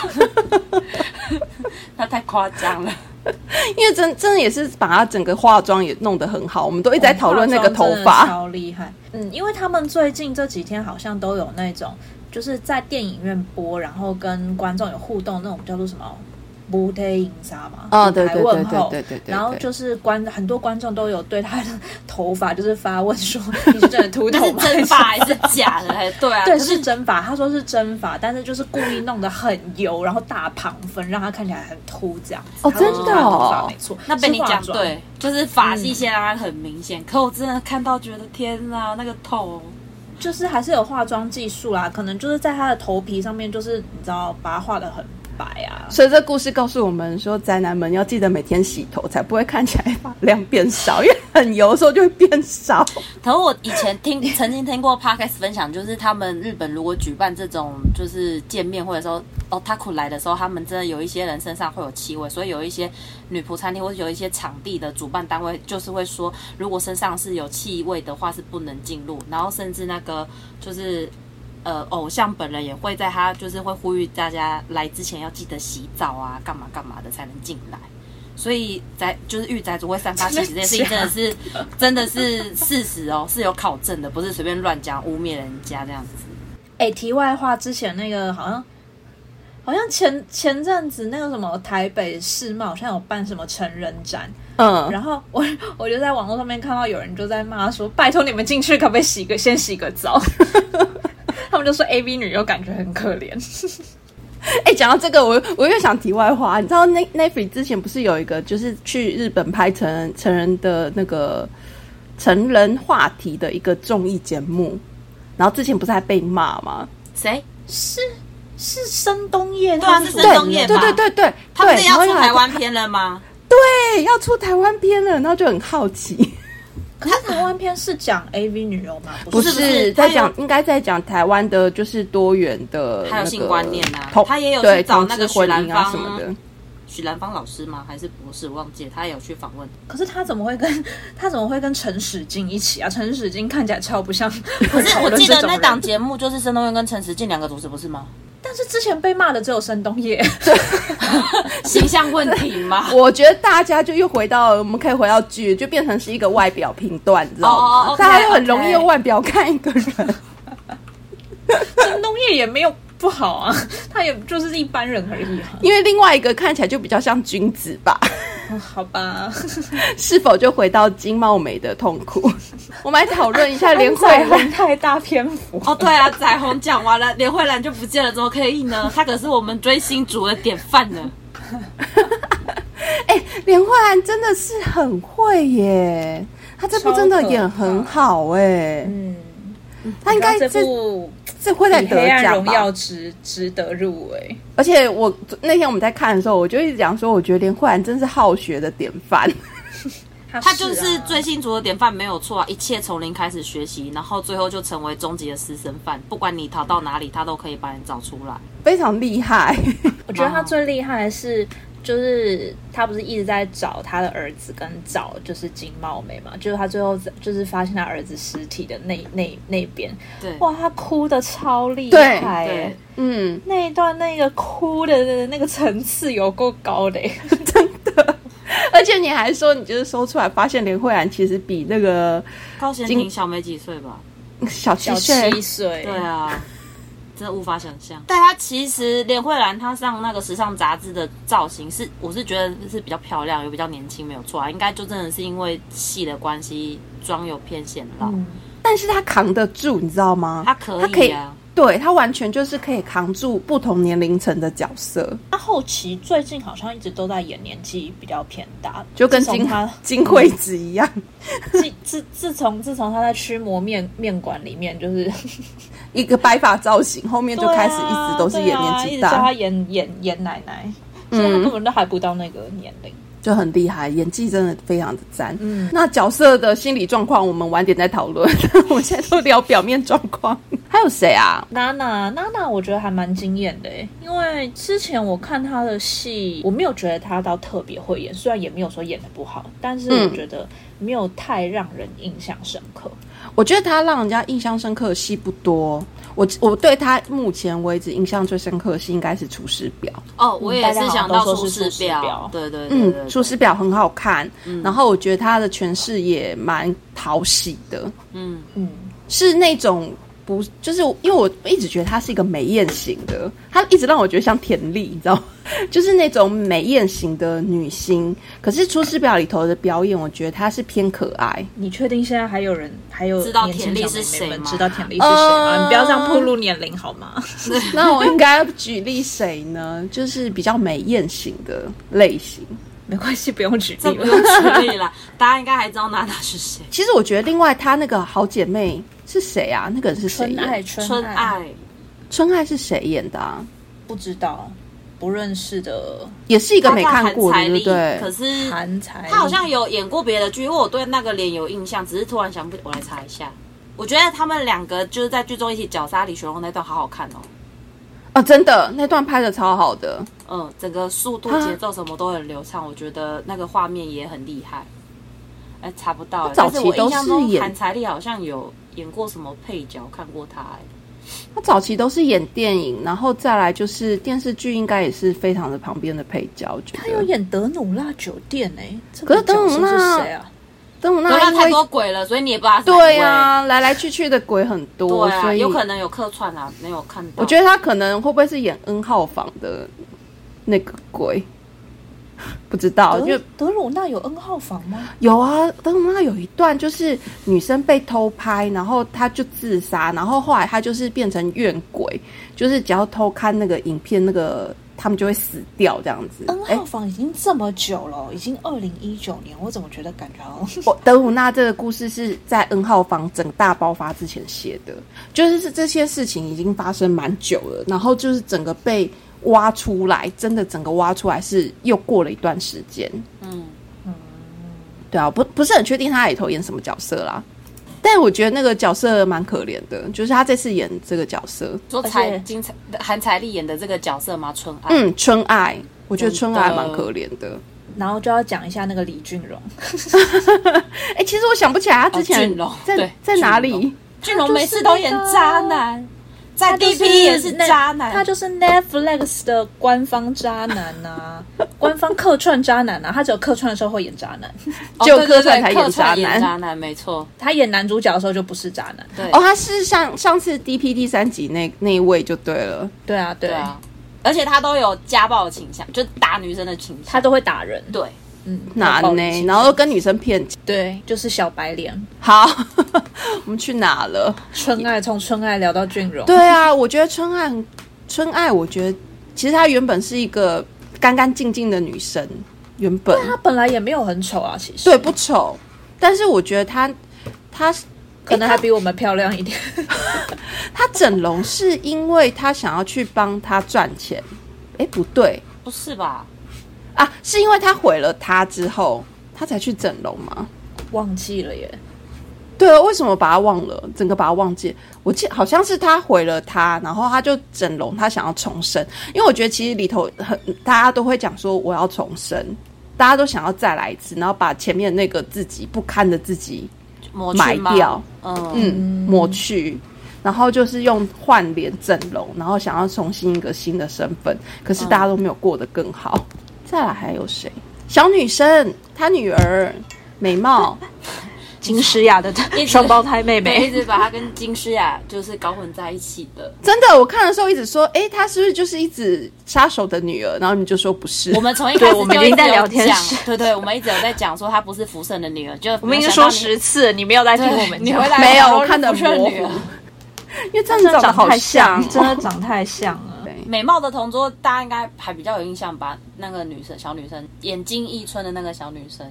[SPEAKER 3] 他太夸张了。
[SPEAKER 1] 因为真真的也是把他整个化妆也弄得很好，我们都一直在讨论那个头
[SPEAKER 2] 化妆真的
[SPEAKER 1] 发。
[SPEAKER 2] 超厉害。嗯，因为他们最近这几天好像都有那种，就是在电影院播，然后跟观众有互动那种叫做什么“不贴影杀”嘛，
[SPEAKER 1] 哦
[SPEAKER 2] 舞台
[SPEAKER 1] 对对
[SPEAKER 2] 问
[SPEAKER 1] 对对
[SPEAKER 2] 候
[SPEAKER 1] 对对对
[SPEAKER 2] 然后就是观很多观众都有对他的头发就是发问说：“你是真的秃
[SPEAKER 3] 那
[SPEAKER 2] 头
[SPEAKER 3] 是
[SPEAKER 2] 吗？”
[SPEAKER 3] 真发还是假的？还对 啊，
[SPEAKER 2] 对，
[SPEAKER 3] 可
[SPEAKER 2] 是真发，他说是真发，但是就是故意弄得很油，然后大旁分，让他看起来很秃这样子。
[SPEAKER 1] 哦
[SPEAKER 2] 他说
[SPEAKER 1] 真
[SPEAKER 2] 是
[SPEAKER 1] 的
[SPEAKER 2] 他头
[SPEAKER 1] 哦
[SPEAKER 2] 发没错，
[SPEAKER 3] 那被
[SPEAKER 2] 是
[SPEAKER 3] 你
[SPEAKER 2] 化
[SPEAKER 3] 讲
[SPEAKER 2] 妆嗯
[SPEAKER 3] 对，就是发际线让它很明显。可我真的看到觉得天哪，那个头
[SPEAKER 2] 就是还是有化妆技术啦，可能就是在他的头皮上面，就是你知道把它画的很白啊。
[SPEAKER 1] 所以这故事告诉我们说，宅男们要记得每天洗头，才不会看起来发量变少，因为很油的时候就会变少。
[SPEAKER 3] 可是我以前听 曾经听过 podcast 分享，就是他们日本如果举办这种就是见面会的时候，哦，他苦来的时候，他们真的有一些人身上会有气味，所以有一些女仆餐厅或者有一些场地的主办单位就是会说，如果身上是有气味的话是不能进入，然后甚至那个就是。呃，偶像本人也会在他就是会呼吁大家来之前要记得洗澡啊，干嘛干嘛的才能进来。所以宅就是御宅族会散发气息这件事情，真的是真的是事实哦，是有考证的，不是随便乱讲污蔑人家这样子。
[SPEAKER 2] 哎，题外话，之前那个好像好像前前阵子那个什么台北世贸好像有办什么成人展，
[SPEAKER 1] 嗯，
[SPEAKER 2] 然后我 我就在网络上面看到有人就在骂说，拜托你们进去可不可以洗个先洗个 澡？他们就说 A V 女优感觉很可怜，
[SPEAKER 1] 哎、讲到这个，我我又想题外话，你知道那 n e f r i 之前不是有一个就是去日本拍成人成人的那个成人话题的一个综艺节目，然后之前不是还被骂吗？
[SPEAKER 3] 谁？
[SPEAKER 2] 是是深冬夜
[SPEAKER 3] 对啊
[SPEAKER 2] 他们
[SPEAKER 3] 是
[SPEAKER 2] 主
[SPEAKER 3] 深
[SPEAKER 1] 对
[SPEAKER 3] 冬夜
[SPEAKER 1] 对
[SPEAKER 3] 吧
[SPEAKER 1] 对对对，
[SPEAKER 3] 他们
[SPEAKER 1] 对
[SPEAKER 3] 真的
[SPEAKER 1] 然
[SPEAKER 3] 要
[SPEAKER 1] 后
[SPEAKER 3] 出
[SPEAKER 1] 又来
[SPEAKER 3] 台湾片了吗？
[SPEAKER 1] 对，要出台湾片了，然后就很好奇。
[SPEAKER 2] 可是台湾片是讲 A V 女优吗？
[SPEAKER 1] 不
[SPEAKER 2] 是
[SPEAKER 1] 是
[SPEAKER 3] 不 是
[SPEAKER 1] 在
[SPEAKER 3] 他
[SPEAKER 1] 讲
[SPEAKER 3] 有，
[SPEAKER 1] 应该在讲台湾的，就是多元的、那
[SPEAKER 3] 还有性
[SPEAKER 1] 个
[SPEAKER 3] 观念啊
[SPEAKER 1] 同
[SPEAKER 3] 他也有去
[SPEAKER 1] 对
[SPEAKER 3] 找
[SPEAKER 1] 同
[SPEAKER 3] 那
[SPEAKER 1] 志
[SPEAKER 3] 个
[SPEAKER 1] 婚
[SPEAKER 3] 许兰
[SPEAKER 1] 姻啊
[SPEAKER 3] 芳
[SPEAKER 1] 什么的。
[SPEAKER 3] 许兰芳老师吗？还是博士？我忘记了，他有去访问。
[SPEAKER 2] 可是他怎么会跟 他怎么会跟陈史金一起啊？陈史金看起来超不像
[SPEAKER 3] 可
[SPEAKER 2] 会
[SPEAKER 3] 是
[SPEAKER 2] 讨
[SPEAKER 3] 我
[SPEAKER 2] 论
[SPEAKER 3] 记
[SPEAKER 2] 这
[SPEAKER 3] 得
[SPEAKER 2] 种
[SPEAKER 3] 那
[SPEAKER 2] 人。
[SPEAKER 3] 档节目就是申东元跟陈时进两个主持，不是吗？
[SPEAKER 2] 但是之前被骂的只有申东烨，
[SPEAKER 3] 形象问题吗？
[SPEAKER 1] 我觉得大家就又回到，我们可以回到剧，就变成是一个外表评断，你知道吗
[SPEAKER 3] 哦，OK，
[SPEAKER 1] 大家就很容易
[SPEAKER 3] OK
[SPEAKER 1] 用外表看一个 人。
[SPEAKER 2] 申东烨也没有不好啊，他也就是一般人而已啊。
[SPEAKER 1] 因为另外一个看起来就比较像君子吧，
[SPEAKER 2] 嗯好吧，
[SPEAKER 1] 是否就回到金茂美的痛苦？ 我们来讨论一下连慧
[SPEAKER 2] 安宰
[SPEAKER 1] 兰。
[SPEAKER 2] 龙太大篇幅。
[SPEAKER 3] 哦，对啊，彩虹讲完了，连慧兰就不见了，怎么可以呢？她可是我们追星族的典范呢。
[SPEAKER 1] 哎、连慧兰真的是很会耶，她这部真的演很好哎，
[SPEAKER 2] 嗯，
[SPEAKER 1] 她应该
[SPEAKER 2] 这
[SPEAKER 1] 这
[SPEAKER 2] 部
[SPEAKER 1] 这会在
[SPEAKER 2] 比《
[SPEAKER 1] 得
[SPEAKER 2] 黑暗
[SPEAKER 1] 奖
[SPEAKER 2] 荣
[SPEAKER 1] 吧？
[SPEAKER 2] 耀值》值得入围。
[SPEAKER 1] 而且我那天我们在看的时候，我就一直讲说，我觉得连慧兰真是好学的典范。
[SPEAKER 2] 他啊
[SPEAKER 3] 她
[SPEAKER 2] 他
[SPEAKER 3] 就是追星族的典范，没有错啊！一切从零开始学习，然后最后就成为终极的私生饭。不管你逃到哪里，她都可以把你找出来。
[SPEAKER 1] 非常厉害，
[SPEAKER 2] 我觉得他最厉害的是，就是他不是一直在找他的儿子，跟找就是金茂美嘛，就是他最后就是发现他儿子尸体的那那那边，
[SPEAKER 3] 对，
[SPEAKER 2] 哇，他哭的超厉
[SPEAKER 1] 对
[SPEAKER 2] 害耶
[SPEAKER 3] 对！，
[SPEAKER 1] 嗯，
[SPEAKER 2] 那一段那个哭的那个层次有够高的耶，
[SPEAKER 1] 而且你还说，你就是搜出来发现连慧兰其实比那个
[SPEAKER 3] 高贤
[SPEAKER 1] 金
[SPEAKER 3] 婷小没几岁吧？
[SPEAKER 1] 小七
[SPEAKER 2] 小
[SPEAKER 1] 岁
[SPEAKER 2] 七岁，
[SPEAKER 3] 对啊，真的无法想象。但她其实连慧兰她上那个时尚杂志的造型是，我是觉得是比较漂亮，又比较年轻，没有错啊。应该就真的是因为戏的关系，妆有偏显老，
[SPEAKER 2] 嗯，
[SPEAKER 1] 但是她扛得住，你知道吗？
[SPEAKER 3] 她可
[SPEAKER 1] 她可
[SPEAKER 3] 以
[SPEAKER 1] 以
[SPEAKER 3] 啊。
[SPEAKER 1] 对她完全就是可以扛住不同年龄层的角色，
[SPEAKER 2] 他后期最近好像一直都在演年纪比较偏大的，
[SPEAKER 1] 就跟
[SPEAKER 2] 自从
[SPEAKER 1] 金
[SPEAKER 2] 他
[SPEAKER 1] 金惠子一样，
[SPEAKER 2] 自自自从自从他在驱魔面面馆里面，就是
[SPEAKER 1] 一个白发造型，后面就开始一直都是演年纪
[SPEAKER 2] 对啊一直叫
[SPEAKER 1] 大，嗯
[SPEAKER 2] 他演演演奶奶，所以他根本都还不到那个年龄。
[SPEAKER 1] 就很厉害，演技真的非常的赞。
[SPEAKER 2] 嗯
[SPEAKER 1] 那角色的心理状况我们晚点再讨论， 我们现在都聊表面状况。还有谁啊？
[SPEAKER 2] 娜娜娜娜，我觉得还蛮惊艳的诶，因为之前我看她的戏，我没有觉得她到特别会演，虽然也没有说演的不好，但是我
[SPEAKER 1] 嗯
[SPEAKER 2] 觉得没有太让人印象深刻。
[SPEAKER 1] 我觉得他让人家印象深刻的戏不多。我我对他目前为止印象最深刻的戏应该是《出师表》。
[SPEAKER 3] 哦，我也是想
[SPEAKER 2] 大
[SPEAKER 3] 到
[SPEAKER 2] 家好像都
[SPEAKER 3] 出
[SPEAKER 2] 说是
[SPEAKER 3] 师
[SPEAKER 2] 出师表
[SPEAKER 3] 对对对对
[SPEAKER 1] 嗯，
[SPEAKER 3] 对嗯
[SPEAKER 1] 《出师表》很好看，然后我觉得他的诠释也蛮讨喜的，
[SPEAKER 3] 嗯，
[SPEAKER 2] 嗯，
[SPEAKER 1] 是那种不就是因为我一直觉得他是一个美艳型的，他一直让我觉得像田丽，你知道吗？ 就是那种美艳型的女星。可是《出师表》里头的表演，我觉得她是偏可爱。
[SPEAKER 2] 你确定现在还有人还有
[SPEAKER 3] 知道
[SPEAKER 2] 年轻
[SPEAKER 3] 田丽
[SPEAKER 2] 小
[SPEAKER 3] 是
[SPEAKER 2] 妹妹
[SPEAKER 3] 谁
[SPEAKER 2] 们
[SPEAKER 3] 吗
[SPEAKER 2] 知道田丽是谁吗？
[SPEAKER 1] 呃
[SPEAKER 2] 你不要这样暴露年龄好吗？
[SPEAKER 1] 那我应该要举例谁呢？就是比较美艳型的类型。
[SPEAKER 2] 没关系，不用举
[SPEAKER 3] 这
[SPEAKER 2] 例
[SPEAKER 3] 不
[SPEAKER 2] 了
[SPEAKER 3] 用。举例啦，大家应该还知道娜娜是谁。
[SPEAKER 1] 其实我觉得，另外她那个好姐妹是谁啊？那个人是谁
[SPEAKER 2] 春
[SPEAKER 1] 演？
[SPEAKER 2] 爱，啊春
[SPEAKER 3] 春
[SPEAKER 2] 爱，
[SPEAKER 3] 爱，
[SPEAKER 1] 春爱是谁演的啊？
[SPEAKER 2] 不知道，不认识的
[SPEAKER 1] 也是一
[SPEAKER 3] 一
[SPEAKER 1] 个没看过的，对
[SPEAKER 3] 丽
[SPEAKER 1] 不对？
[SPEAKER 3] 可是
[SPEAKER 2] 韩才，
[SPEAKER 3] 她好像有演过别的剧，因为我对那个脸有印象，只是突然想不起，我来查一下。我觉得他们两个就是在剧中一起绞杀李雪龙那段好好看哦，
[SPEAKER 1] 啊，真的那段拍的超好的，
[SPEAKER 3] 嗯，整个速度、节奏什么都很流畅，我觉得那个画面也很厉害。哎，查不
[SPEAKER 1] 她
[SPEAKER 3] 到、欸，
[SPEAKER 1] 早
[SPEAKER 3] 但
[SPEAKER 1] 期
[SPEAKER 3] 是我印象
[SPEAKER 1] 都是
[SPEAKER 3] 中
[SPEAKER 1] 演
[SPEAKER 3] 韩才丽好像有演过什么配角，看过她、欸，
[SPEAKER 1] 他早期都是演电影，然后再来就是电视剧，应该也是非常的旁边的配角。我觉
[SPEAKER 2] 他有
[SPEAKER 1] 得
[SPEAKER 2] 演《德努纳酒店》哎，这
[SPEAKER 1] 可
[SPEAKER 2] 个
[SPEAKER 1] 是德
[SPEAKER 2] 角
[SPEAKER 1] 努
[SPEAKER 2] 色
[SPEAKER 1] 纳
[SPEAKER 2] 是谁啊？
[SPEAKER 1] 邓武
[SPEAKER 3] 流
[SPEAKER 1] 娜
[SPEAKER 3] 浪
[SPEAKER 1] 因
[SPEAKER 3] 太
[SPEAKER 1] 为
[SPEAKER 3] 多鬼了，所以你也不知道他是哪一位
[SPEAKER 1] 对啊，来来去去的鬼很多，
[SPEAKER 3] 对啊，
[SPEAKER 1] 所以
[SPEAKER 3] 有可能有客串啊，没有看到。
[SPEAKER 1] 我觉得他可能会不会是演 N 号房的那个鬼，不知道，因为
[SPEAKER 2] 德德鲁纳有 N 号房吗？
[SPEAKER 1] 有啊，邓妈有一段就是女生被偷拍，然后她就自杀，然后后来她就是变成怨鬼，就是只要偷看那个影片，那个他们就会死掉这样子。
[SPEAKER 2] n
[SPEAKER 1] 哎、
[SPEAKER 2] 号房已经这么久了，已经二零一九年，我怎么觉得感觉好像
[SPEAKER 1] 我德鲁纳这个故事是在 N 号房整大爆发之前写的，就是是这些事情已经发生蛮久了，然后就是整个被挖出来，真的整个挖出来是又过了一段时间。
[SPEAKER 3] 嗯，
[SPEAKER 1] 对啊，不不是很确定他里头演什么角色啦，但我觉得那个角色蛮可怜的，就是他这次演这个角色，
[SPEAKER 3] 说
[SPEAKER 2] 而且
[SPEAKER 3] 财金财韩财力演的这个角色吗？春爱，
[SPEAKER 1] 嗯，春爱，我觉得春爱
[SPEAKER 3] 真的
[SPEAKER 1] 蛮可怜的。
[SPEAKER 2] 然后就要讲一下那个李俊荣，
[SPEAKER 1] 哎、其实我想不起来他之
[SPEAKER 3] 哦
[SPEAKER 1] 前
[SPEAKER 3] 俊龙
[SPEAKER 1] 在
[SPEAKER 3] 对
[SPEAKER 1] 在哪
[SPEAKER 3] 俊
[SPEAKER 1] 里
[SPEAKER 3] 龙俊荣每次都演渣男，在 DP 也是渣男，
[SPEAKER 2] 他就是 Netflix 的官方渣男呐、 官方客串渣男啊呐、他只有客串的时候会演渣男，
[SPEAKER 3] 哦
[SPEAKER 1] 只有
[SPEAKER 3] 对
[SPEAKER 1] 客
[SPEAKER 3] 对
[SPEAKER 1] 串
[SPEAKER 3] 对
[SPEAKER 1] 才演
[SPEAKER 3] 客
[SPEAKER 1] 渣
[SPEAKER 3] 串
[SPEAKER 1] 男
[SPEAKER 3] 演渣男，没错，
[SPEAKER 2] 他演男主角的时候就不是渣男。
[SPEAKER 3] 对
[SPEAKER 1] 哦，他是上上次 DP 第三集那那一位就对了，
[SPEAKER 2] 对啊，对
[SPEAKER 3] 对啊，而且他都有家暴倾向，就打女生的倾向，
[SPEAKER 2] 他都会打人，
[SPEAKER 3] 对，
[SPEAKER 2] 嗯，
[SPEAKER 1] 哪
[SPEAKER 2] 暴力
[SPEAKER 1] 呢？
[SPEAKER 2] 倾
[SPEAKER 1] 然后跟女生骗钱。
[SPEAKER 2] 对，就是小白脸。
[SPEAKER 1] 好， 我们去哪了？
[SPEAKER 2] 春爱从春爱聊到俊荣，
[SPEAKER 1] 对啊，我觉得春爱很，春爱，我觉得其实她原本是一个干干净净的女生，原本
[SPEAKER 2] 他本来也没有很丑啊，其实
[SPEAKER 1] 对，不丑，但是我觉得她她
[SPEAKER 2] 可能还比我们漂亮一点。
[SPEAKER 1] 她整容是因为她想要去帮她赚钱，哎，不对
[SPEAKER 3] 不是吧？
[SPEAKER 1] 啊，是因为她毁了她之后，她才去整容吗？
[SPEAKER 2] 忘记了耶，
[SPEAKER 1] 对啊，为什么把她忘了？整个把她忘记？我记好像是她毁了她，然后她就整容，她想要重生。因为我觉得其实里头很大家都会讲说我要重生，大家都想要再来一次，然后把前面那个自己不堪的自己
[SPEAKER 3] 抹哦去
[SPEAKER 1] 埋
[SPEAKER 3] 吗
[SPEAKER 1] 掉，
[SPEAKER 3] 嗯，
[SPEAKER 1] 嗯，抹去，然后就是用换脸整容，然后想要重新一个新的身份，可
[SPEAKER 3] 嗯
[SPEAKER 1] 是大家都没有过得更好。再来还有谁？小女生，她女儿美貌，
[SPEAKER 2] 金诗雅的
[SPEAKER 3] 一直
[SPEAKER 2] 双胞胎妹
[SPEAKER 3] 对，一
[SPEAKER 2] 妹，
[SPEAKER 3] 直把他跟金诗雅就是搞混在一起的。
[SPEAKER 1] 真的，我看的时候一直说，诶，她是不是就是一直杀手的女儿？然后你就说不是，
[SPEAKER 3] 我们从一开始
[SPEAKER 2] 对我们
[SPEAKER 3] 就
[SPEAKER 2] 已
[SPEAKER 3] 一
[SPEAKER 2] 经
[SPEAKER 3] 直
[SPEAKER 2] 在
[SPEAKER 3] 有
[SPEAKER 2] 聊天
[SPEAKER 3] 讲
[SPEAKER 2] 室，
[SPEAKER 3] 对对，我们一直有在讲说她不是福盛的女儿，就
[SPEAKER 2] 我
[SPEAKER 3] 我
[SPEAKER 2] 们已经说十次，你没有在听我们
[SPEAKER 3] 你
[SPEAKER 2] 讲
[SPEAKER 3] 回。来
[SPEAKER 1] 没有
[SPEAKER 3] 我
[SPEAKER 1] 我看得
[SPEAKER 3] 福盛
[SPEAKER 1] 模
[SPEAKER 3] 女
[SPEAKER 1] 糊
[SPEAKER 3] 儿，
[SPEAKER 1] 因为真的长得好 像哦，
[SPEAKER 2] 真的长太像了。
[SPEAKER 1] 对
[SPEAKER 3] 美貌的同桌大家应该还比较有印象吧？那个女生，小女生，眼睛一春的那个小女生。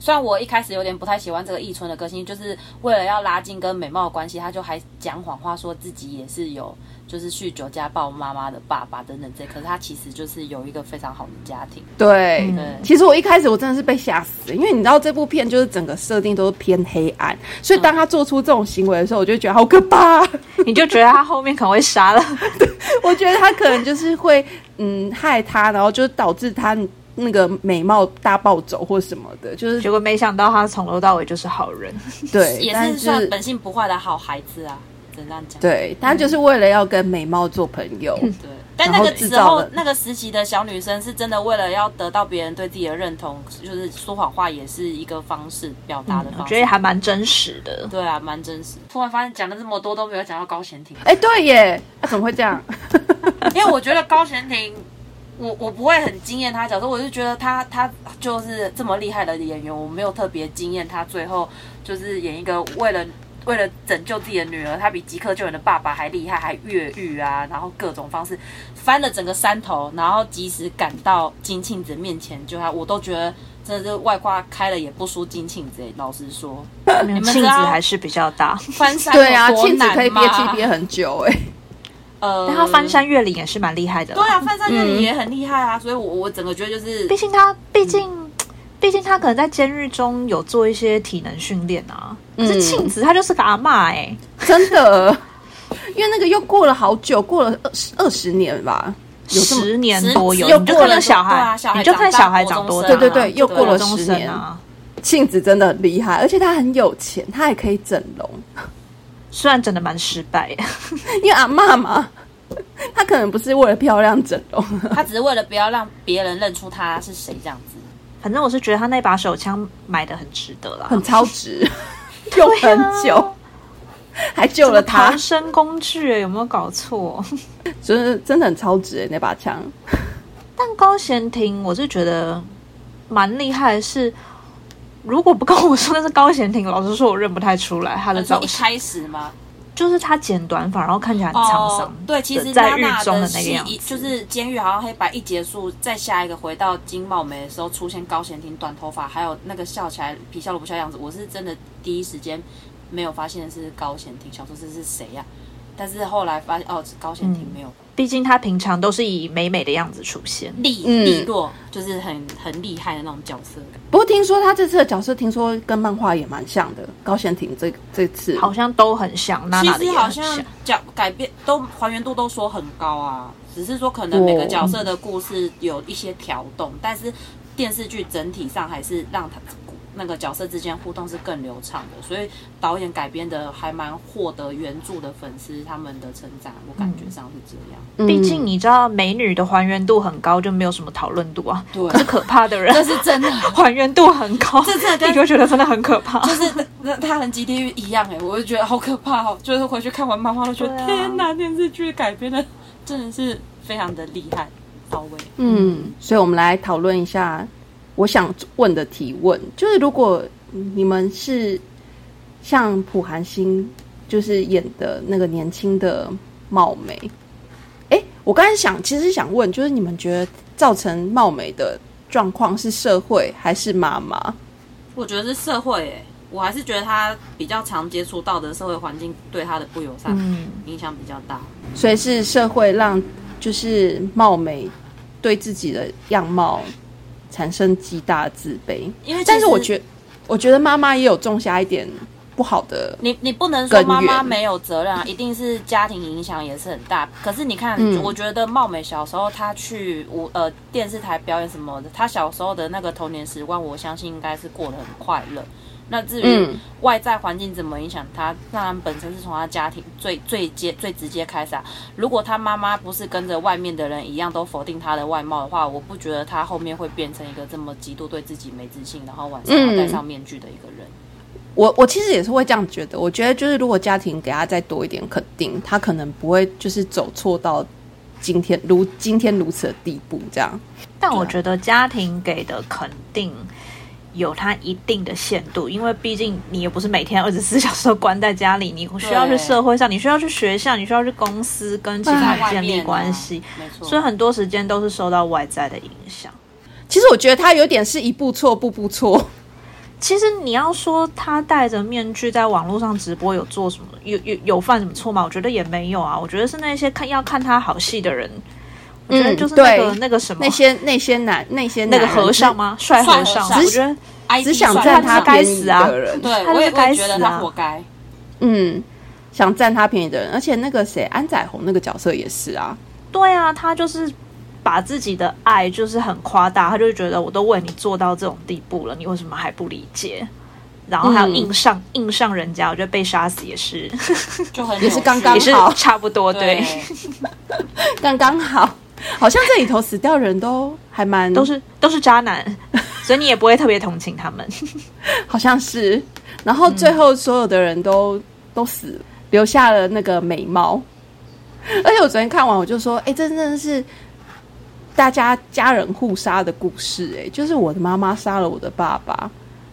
[SPEAKER 3] 虽然我一开始有点不太喜欢这个易春的个性，就是为了要拉近跟美貌的关系，她就还讲谎话，说自己也是有就是酗酒、家暴、妈妈的爸爸等等这，可是她其实就是有一个非常好的家庭。
[SPEAKER 1] 对。
[SPEAKER 3] 对，
[SPEAKER 1] 其实我一开始我真的是被吓死，因为你知道这部片就是整个设定都是偏黑暗，所以当她做出这种行为的时候，我就觉得好可怕。
[SPEAKER 2] 你就觉得他后面可能会杀了，
[SPEAKER 1] 我觉得他可能就是会嗯害他，然后就导致他那个美貌大暴走或什么的，就是
[SPEAKER 2] 结果没想到他从头到尾就是好人。
[SPEAKER 1] 对，
[SPEAKER 3] 也
[SPEAKER 1] 但
[SPEAKER 3] 是
[SPEAKER 1] 就
[SPEAKER 3] 算
[SPEAKER 1] 是
[SPEAKER 3] 本性不坏的好孩子啊，只能这样讲。
[SPEAKER 1] 对，他就是为了要跟美貌做朋友，
[SPEAKER 3] 对，但
[SPEAKER 1] 然
[SPEAKER 3] 那
[SPEAKER 1] 后
[SPEAKER 3] 个
[SPEAKER 1] 制
[SPEAKER 3] 时
[SPEAKER 1] 造
[SPEAKER 3] 候
[SPEAKER 1] 了
[SPEAKER 3] 那个时期的小女生是真的为了要得到别人对自己的认同，就是说谎话也是一个方式表达的
[SPEAKER 2] 嗯我
[SPEAKER 3] 方
[SPEAKER 2] 觉
[SPEAKER 3] 式。
[SPEAKER 2] 得还蛮真实 的。
[SPEAKER 3] 对啊，蛮真实。突然发现讲了这么多都没有讲到高贤廷，
[SPEAKER 1] 哎、对耶，他怎么会这 样？
[SPEAKER 3] 因为我觉得高贤廷，我我不会很惊艳他的角色，我就觉得他他就是这么厉害的演员，我没有特别惊艳他最后就是演一个为了。为了拯救自己的女儿，他比即刻救人的爸爸还厉害，还越狱啊，然后各种方式翻了整个山头，然后及时赶到金庆子面前救他，我都觉得真的是外挂开了也不输金庆子、欸。老实说，
[SPEAKER 2] 没有
[SPEAKER 3] 们
[SPEAKER 2] 性
[SPEAKER 3] 知
[SPEAKER 2] 子
[SPEAKER 3] 道
[SPEAKER 2] 还是比较 大，
[SPEAKER 3] 翻山
[SPEAKER 1] 对啊，
[SPEAKER 3] 有多
[SPEAKER 1] 庆子
[SPEAKER 3] 难
[SPEAKER 1] 可以憋气
[SPEAKER 3] 吗
[SPEAKER 1] 憋很久哎，
[SPEAKER 3] 呃，
[SPEAKER 2] 但他翻山越岭也是蛮厉害的啦。
[SPEAKER 3] 对啊，翻山越
[SPEAKER 1] 嗯
[SPEAKER 3] 岭也很厉害啊，所以我我整个觉得就是
[SPEAKER 2] 毕竟他，毕竟，毕竟他可能在监狱中有做一些体能训练啊。
[SPEAKER 3] 嗯
[SPEAKER 2] 可是庆子他就是个阿嬷哎、
[SPEAKER 1] 真的，因为那个又过了好久，过了二十二十年吧，有这么
[SPEAKER 2] 十年多有，
[SPEAKER 3] 十
[SPEAKER 2] 你就
[SPEAKER 3] 又过
[SPEAKER 2] 看
[SPEAKER 3] 了
[SPEAKER 2] 那小
[SPEAKER 3] 对啊小孩
[SPEAKER 2] 你就看
[SPEAKER 3] 长大
[SPEAKER 2] 小孩长多大、
[SPEAKER 3] 国
[SPEAKER 1] 生
[SPEAKER 3] 中
[SPEAKER 1] 啊对对对又过了
[SPEAKER 2] 国中生啊。
[SPEAKER 1] 庆子真的很厉害，而且她很有钱，她还可以整容，
[SPEAKER 2] 虽然整的蛮失败，
[SPEAKER 1] 因为阿嬷嘛，她可能不是为了漂亮整容，
[SPEAKER 3] 他只是为了不要让别人认出他是谁这样子。
[SPEAKER 2] 反正我是觉得他那把手枪买的很值得啦，
[SPEAKER 1] 很超值， 用很久，还救了她
[SPEAKER 2] 啊逃，生工具欸耶有没有搞错？
[SPEAKER 1] 就是 真的很超值欸那把枪。
[SPEAKER 2] 但高贤廷我是觉得蛮厉害的是。如果不跟我说那是高贤廷，老实说，我认不太出来他的
[SPEAKER 3] 从
[SPEAKER 2] 造
[SPEAKER 3] 一
[SPEAKER 2] 型。
[SPEAKER 3] 开始吗？
[SPEAKER 2] 就是他剪短发，然后看起来很沧桑。
[SPEAKER 3] 哦对，其实
[SPEAKER 2] 在
[SPEAKER 3] 娜
[SPEAKER 2] 狱
[SPEAKER 3] 娜
[SPEAKER 2] 中的那个
[SPEAKER 3] 戏
[SPEAKER 2] 样
[SPEAKER 3] 一
[SPEAKER 2] 子，
[SPEAKER 3] 就是监狱好像黑白一结束，再下一个回到金茂美的时候，出现高贤廷短头发，还有那个笑起来皮笑肉不笑的样子，我是真的第一时间没有发现是高贤廷，想说这是谁呀、但是后来发现哦，是高贤廷
[SPEAKER 2] 嗯
[SPEAKER 3] 没有
[SPEAKER 2] 毕竟他平常都是以美美的样子出现。
[SPEAKER 3] 利
[SPEAKER 1] 嗯
[SPEAKER 3] 利落，就是很很厉害的那种角色感。
[SPEAKER 1] 不过听说她这次的角色，听说跟漫画也蛮像的，高贤婷这这次
[SPEAKER 2] 好像都很像，娜娜的
[SPEAKER 3] 其
[SPEAKER 2] 也
[SPEAKER 3] 实好
[SPEAKER 2] 很
[SPEAKER 3] 像
[SPEAKER 2] 像。
[SPEAKER 3] 角改变都还原度都说很高啊，只是说可能
[SPEAKER 2] 哦
[SPEAKER 3] 每个角色的故事有一些调动，但是电视剧整体上还是让他那个角色之间互动是更流畅的，所以导演改编的还蛮获得原著的粉丝他们的称赞，我感
[SPEAKER 2] 嗯
[SPEAKER 3] 觉上是这样。
[SPEAKER 2] 毕
[SPEAKER 1] 嗯
[SPEAKER 2] 竟你知道，美女的还原度很高，就没有什么讨论度啊。
[SPEAKER 3] 对
[SPEAKER 2] 可是可怕的人
[SPEAKER 3] 这是真的，
[SPEAKER 2] 还原度很高，
[SPEAKER 3] 这真的跟
[SPEAKER 2] 你就会觉得真的很可怕。
[SPEAKER 3] 就是那他很极地狱一样哎、我就觉得好可怕哦，就是回去看完漫画都觉得、
[SPEAKER 2] 对啊
[SPEAKER 3] 天哪，电视剧改编的真的是非常的厉害到位。
[SPEAKER 1] 嗯，所以我们来讨论一下我想问的提问，就是如果你们是像朴韩星就是演的那个年轻的貌美，哎，我刚才想其实想问，就是你们觉得造成貌美的状况是社会还是妈妈？
[SPEAKER 3] 我觉得是社会诶、欸我还是觉得他比较常接触到的社会环境对他的不友善、
[SPEAKER 2] 嗯，
[SPEAKER 3] 影响比较大。
[SPEAKER 1] 所以是社会让就是貌美对自己的样貌产生极大的自卑，
[SPEAKER 3] 因为其实
[SPEAKER 1] 但是我觉我觉得妈妈也有种下一点不好的
[SPEAKER 3] 你你不能说妈
[SPEAKER 1] 根
[SPEAKER 3] 妈
[SPEAKER 1] 源
[SPEAKER 3] 没有责任啊，一定是家庭影响也是很大。可是你看，
[SPEAKER 1] 嗯
[SPEAKER 3] 我觉得貌美小时候她去舞呃电视台表演什么的，她小时候的那个童年时光，我相信应该是过得很快乐。那至于
[SPEAKER 1] 嗯
[SPEAKER 3] 外在环境怎么影响她，那她本身是从她家庭最最接最直接开始啊。如果她妈妈不是跟着外面的人一样都否定她的外貌的话，我不觉得她后面会变成一个这么极度对自己没自信，然后晚上要
[SPEAKER 1] 嗯
[SPEAKER 3] 戴上面具的一个人。
[SPEAKER 1] 我我其实也是会这样觉得，我觉得就是如果家庭给他再多一点肯定，他可能不会就是走错到今天如今天如此的地步这样。
[SPEAKER 2] 但我觉得家庭给的肯定。有它一定的限度，因为毕竟你也不是每天二十四小时都关在家里，你需要去
[SPEAKER 3] 对
[SPEAKER 2] 社会上，你需要去学校，你需要去公司跟其他
[SPEAKER 1] 哎
[SPEAKER 2] 人
[SPEAKER 3] 外
[SPEAKER 2] 建立
[SPEAKER 3] 面啊
[SPEAKER 2] 关系，
[SPEAKER 3] 没错。
[SPEAKER 2] 所以很多时间都是受到外在的影响。
[SPEAKER 1] 其实我觉得他有点是一步错步步
[SPEAKER 2] 哦
[SPEAKER 1] 错，
[SPEAKER 2] 其实你要说他戴着面具在网络上直播有做什么，有有有犯什么错吗？我觉得也没有啊，我觉得是那些看要看他好戏的人，我觉得
[SPEAKER 1] 嗯
[SPEAKER 2] 就是那个、
[SPEAKER 1] 对
[SPEAKER 2] 那个什么
[SPEAKER 1] 那些那些男那些
[SPEAKER 2] 那
[SPEAKER 1] 男
[SPEAKER 2] 个
[SPEAKER 1] 人
[SPEAKER 2] 和尚吗？帅
[SPEAKER 3] 帅
[SPEAKER 2] 和
[SPEAKER 3] 和
[SPEAKER 2] 尚，
[SPEAKER 3] 尚
[SPEAKER 2] 我觉得
[SPEAKER 1] 只想占他便宜
[SPEAKER 2] 啊
[SPEAKER 1] 的人，
[SPEAKER 3] 对，
[SPEAKER 2] 他
[SPEAKER 3] 我也
[SPEAKER 2] 就该
[SPEAKER 3] 会觉得
[SPEAKER 2] 死
[SPEAKER 3] 他
[SPEAKER 2] 啊
[SPEAKER 3] 活该。
[SPEAKER 1] 嗯，想占他便宜的人，而且那个谁安宰红那个角色也是啊，
[SPEAKER 2] 对啊，他就是把自己的爱就是很夸大，他就觉得我都为你做到这种地步了，你为什么还不理解？然后还有
[SPEAKER 1] 嗯
[SPEAKER 2] 硬上、硬上人家，我觉得被杀死也是
[SPEAKER 3] 就很
[SPEAKER 1] 也是
[SPEAKER 3] 扭曲
[SPEAKER 1] 刚刚
[SPEAKER 2] 也是
[SPEAKER 1] 好
[SPEAKER 2] 差不多，
[SPEAKER 3] 对
[SPEAKER 2] 对，
[SPEAKER 1] 刚刚好，好像这里头死掉人都还蛮
[SPEAKER 2] 都是都是渣 男，所以你也不会特别同情他们。
[SPEAKER 1] 好像是，然后最后所有的人都、都死了，留下了那个美貌。而且我昨天看完，我就说，哎、这真的是大家家人互杀的故事、诶哎，就是我的妈妈杀了我的爸爸，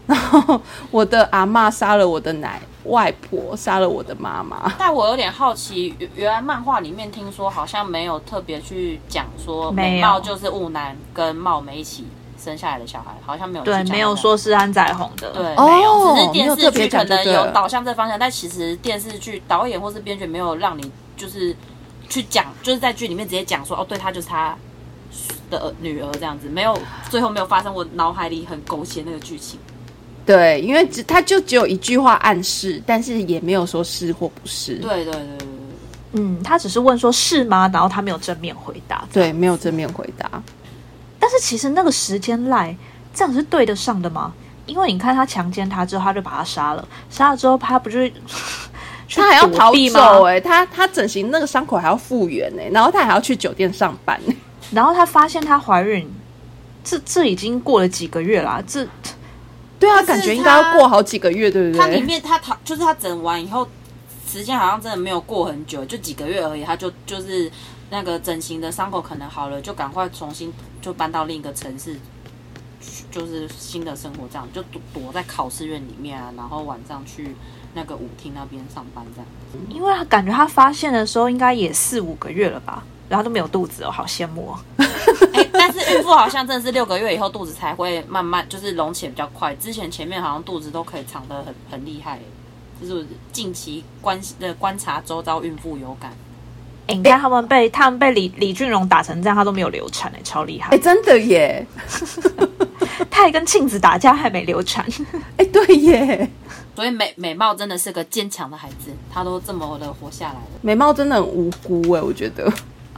[SPEAKER 1] 然后我的阿嬷杀了我的奶外婆，杀了我的妈妈。
[SPEAKER 3] 但我有点好奇，原原来漫画里面听说好像没有特别去讲说
[SPEAKER 2] 没
[SPEAKER 3] 美
[SPEAKER 2] 有
[SPEAKER 3] 貌就是雾男跟貌美一起生下来的小孩，好像没有去
[SPEAKER 2] 对
[SPEAKER 3] 讲，到
[SPEAKER 2] 没有
[SPEAKER 3] 这
[SPEAKER 2] 说是安宰红的，
[SPEAKER 3] 对
[SPEAKER 2] 没有。
[SPEAKER 1] 哦
[SPEAKER 3] 只是电
[SPEAKER 1] 没有特
[SPEAKER 3] 视
[SPEAKER 1] 别
[SPEAKER 3] 剧
[SPEAKER 1] 讲
[SPEAKER 3] 可
[SPEAKER 1] 就
[SPEAKER 3] 能
[SPEAKER 1] 对了
[SPEAKER 3] 有导向这方向，但其实电视剧导演或是编剧没有让你就是去讲，就是在剧里面直接讲说哦，对，她就是他的儿女儿这样子，没有最后没有发生我脑海里很狗血那个剧情。
[SPEAKER 1] 对，因为只他就只有一句话暗示，但是也没有说是或不是。
[SPEAKER 3] 对对对对对对。
[SPEAKER 2] 嗯，他只是问说是吗？然后他没有正面回答。
[SPEAKER 1] 对，没有正面回答。
[SPEAKER 2] 但是其实那个时间赖这样是对得上的吗？因为你看他强奸她之后，他就把她杀了，杀了之后他不就是 去
[SPEAKER 1] 他还要
[SPEAKER 2] 躲
[SPEAKER 1] 逃
[SPEAKER 2] 避
[SPEAKER 1] 走
[SPEAKER 2] 吗？
[SPEAKER 1] 哎、他他整形那个伤口还要复原哎、然后他还要去酒店上班、欸
[SPEAKER 2] 然后她发现她怀孕，这这已经过了几个月啦，这
[SPEAKER 1] 对啊，
[SPEAKER 3] 是
[SPEAKER 1] 感觉应该要
[SPEAKER 3] 他
[SPEAKER 1] 过好几个月，对不
[SPEAKER 3] 他里
[SPEAKER 1] 对？
[SPEAKER 3] 面他他就是他整完以后，时间好像真的没有过很久，就几个月而已，他就就是那个整形的伤口可能好了，就赶快重新就搬到另一个城市。去就是新的生活，这样就躲躲在考试院里面啊，然后晚上去那个舞厅那边上班，这样。
[SPEAKER 2] 因为她感觉她发现的时候应该也四五个月了吧，然后都没有肚子哦，好羡慕哦。
[SPEAKER 3] 哎、但是孕妇好像真的是六个月以后肚子才会慢慢就是隆起比较快，之前前面好像肚子都可以藏得很很厉害，就是近期观的观察周遭孕妇有感。
[SPEAKER 2] 哎，你看他们被他们被李李俊荣打成这样，他都没有流产哎、超厉
[SPEAKER 1] 哎、
[SPEAKER 2] 害！
[SPEAKER 1] 真的耶，
[SPEAKER 2] 他还跟庆子打架还没流产，
[SPEAKER 1] 哎、对耶，
[SPEAKER 3] 所以美美貌真的是个坚强的孩子，她都这么的活下来了。
[SPEAKER 1] 美貌真的很无辜哎、我觉得。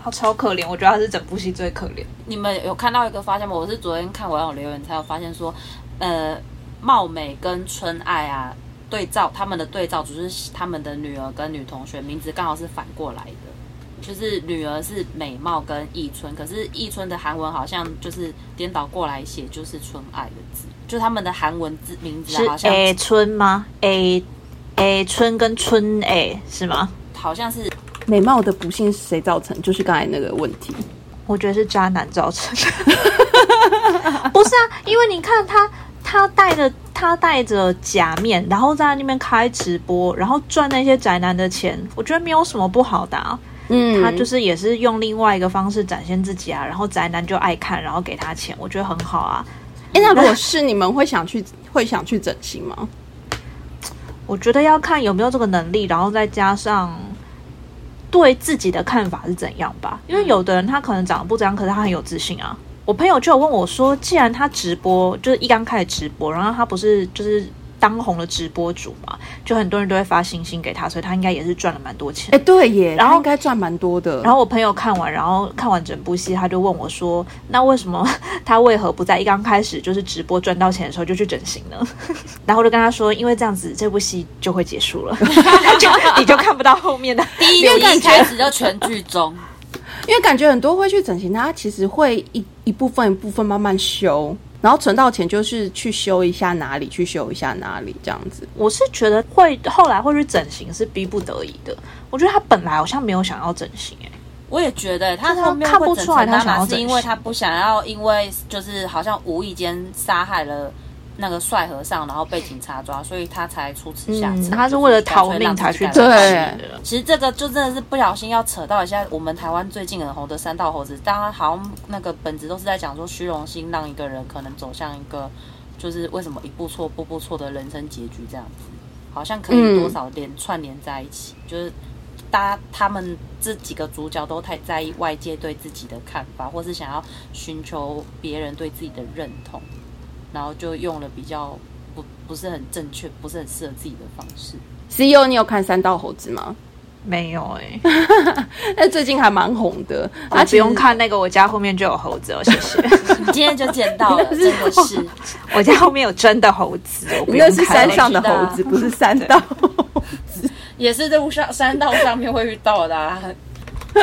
[SPEAKER 2] 他超可怜，我觉得他是整部戏最可怜。
[SPEAKER 3] 你们有看到一个发现吗？我是昨天看网友留言才有发现说，呃，貌美跟春爱啊对照，他们的对照只是他们的女儿跟女同学名字刚好是反过来的，就是女儿是美貌跟易春，可是易春的韩文好像就是颠倒过来写就是春爱的字，就他们的韩文字名字
[SPEAKER 2] 是
[SPEAKER 3] 啊好像
[SPEAKER 2] A 春吗？A A 春跟春 A 是吗？
[SPEAKER 3] 好像是
[SPEAKER 1] 美貌的不幸是谁造成？就是刚才那个问题。
[SPEAKER 2] 我觉得是渣男造成的。 不是啊，因为你看他，他戴着他戴着假面，然后在那边开直播，然后赚那些宅男的钱，我觉得没有什么不好的、啊。
[SPEAKER 1] 嗯
[SPEAKER 2] 他就是也是用另外一个方式展现自己啊，然后宅男就爱看，然后给他钱，我觉得很好啊。
[SPEAKER 1] 哎、那如果是你们会想去会想去整形吗？
[SPEAKER 2] 我觉得要看有没有这个能力，然后再加上对自己的看法是怎样吧。因为有的人他可能长得不怎样，可是他很有自信啊。我朋友就有问我说，既然他直播就是一刚开始直播，然后他不是就是当红的直播主嘛，就很多人都会发星星给他，所以他应该也是赚了蛮多钱
[SPEAKER 1] 哎、。对耶，
[SPEAKER 2] 然后
[SPEAKER 1] 他应该赚蛮多的。
[SPEAKER 2] 然后我朋友看完，然后看完整部戏，他就问我说：“那为什么 他为何不在一刚开始就是直播赚到钱的时候就去整形呢？” 然后我就跟他说：“因为这样子这部戏就会结束了， 就你就看不到后面的。
[SPEAKER 3] 第一
[SPEAKER 1] 有
[SPEAKER 3] 集
[SPEAKER 1] 感
[SPEAKER 3] 一
[SPEAKER 1] 觉
[SPEAKER 3] 开始就全剧终。
[SPEAKER 1] 因为感觉很多会去整形，他其实会一一部分一部分慢慢修，然后存到钱就是去修一下哪里，去修一下哪里这样子”。
[SPEAKER 2] 我是觉得会后来会去整形是逼不得已的。我觉得他本来好像没有想要整形、欸，
[SPEAKER 3] 我也觉得他
[SPEAKER 2] 就是
[SPEAKER 3] 后面
[SPEAKER 2] 看
[SPEAKER 3] 会
[SPEAKER 2] 不
[SPEAKER 3] 整
[SPEAKER 2] 出来
[SPEAKER 3] 成
[SPEAKER 2] 他
[SPEAKER 3] 妈
[SPEAKER 2] 想
[SPEAKER 3] 妈
[SPEAKER 2] 要
[SPEAKER 3] 是
[SPEAKER 2] 整
[SPEAKER 3] 因为
[SPEAKER 2] 形
[SPEAKER 3] 他不想要，因为就是好像无意间杀害了那个帅和尚，然后被警察抓，所以他才出此下
[SPEAKER 2] 嗯，
[SPEAKER 3] 策。
[SPEAKER 2] 他是为了
[SPEAKER 3] 就是干脆
[SPEAKER 2] 逃命
[SPEAKER 3] 让自
[SPEAKER 2] 才
[SPEAKER 3] 己
[SPEAKER 2] 去
[SPEAKER 3] 改
[SPEAKER 2] 整
[SPEAKER 3] 变
[SPEAKER 2] 形
[SPEAKER 1] 对
[SPEAKER 2] 的。
[SPEAKER 3] 其实这个就真的是不小心要扯到一下我们台湾最近很红的三道猴子，当然好像那个本质都是在讲说虚荣心让一个人可能走向一个就是为什么一步错步步错的人生结局这样子，好像可以
[SPEAKER 1] 嗯
[SPEAKER 3] 多少连串联在一起，就是大家他们这几个主角都太在意外界对自己的看法，或是想要寻求别人对自己的认同，然后就用了比较不不是很正确、不是很适合自己的方式。
[SPEAKER 1] CEO，你有 E 看《三道猴子》吗？
[SPEAKER 2] 没有哎、
[SPEAKER 1] 那 最近还蛮红的，
[SPEAKER 2] 啊，
[SPEAKER 1] 啊，
[SPEAKER 2] 不用看那个，我家后面就有猴子哦，谢谢。
[SPEAKER 3] 你今天就见到了，真的是。
[SPEAKER 2] 我家后面有真的猴子，我不
[SPEAKER 1] 你那
[SPEAKER 2] 用
[SPEAKER 1] 是
[SPEAKER 2] 看
[SPEAKER 1] 山上的猴子，不是山道。
[SPEAKER 3] 也是在路上山道上面会遇到的、啊。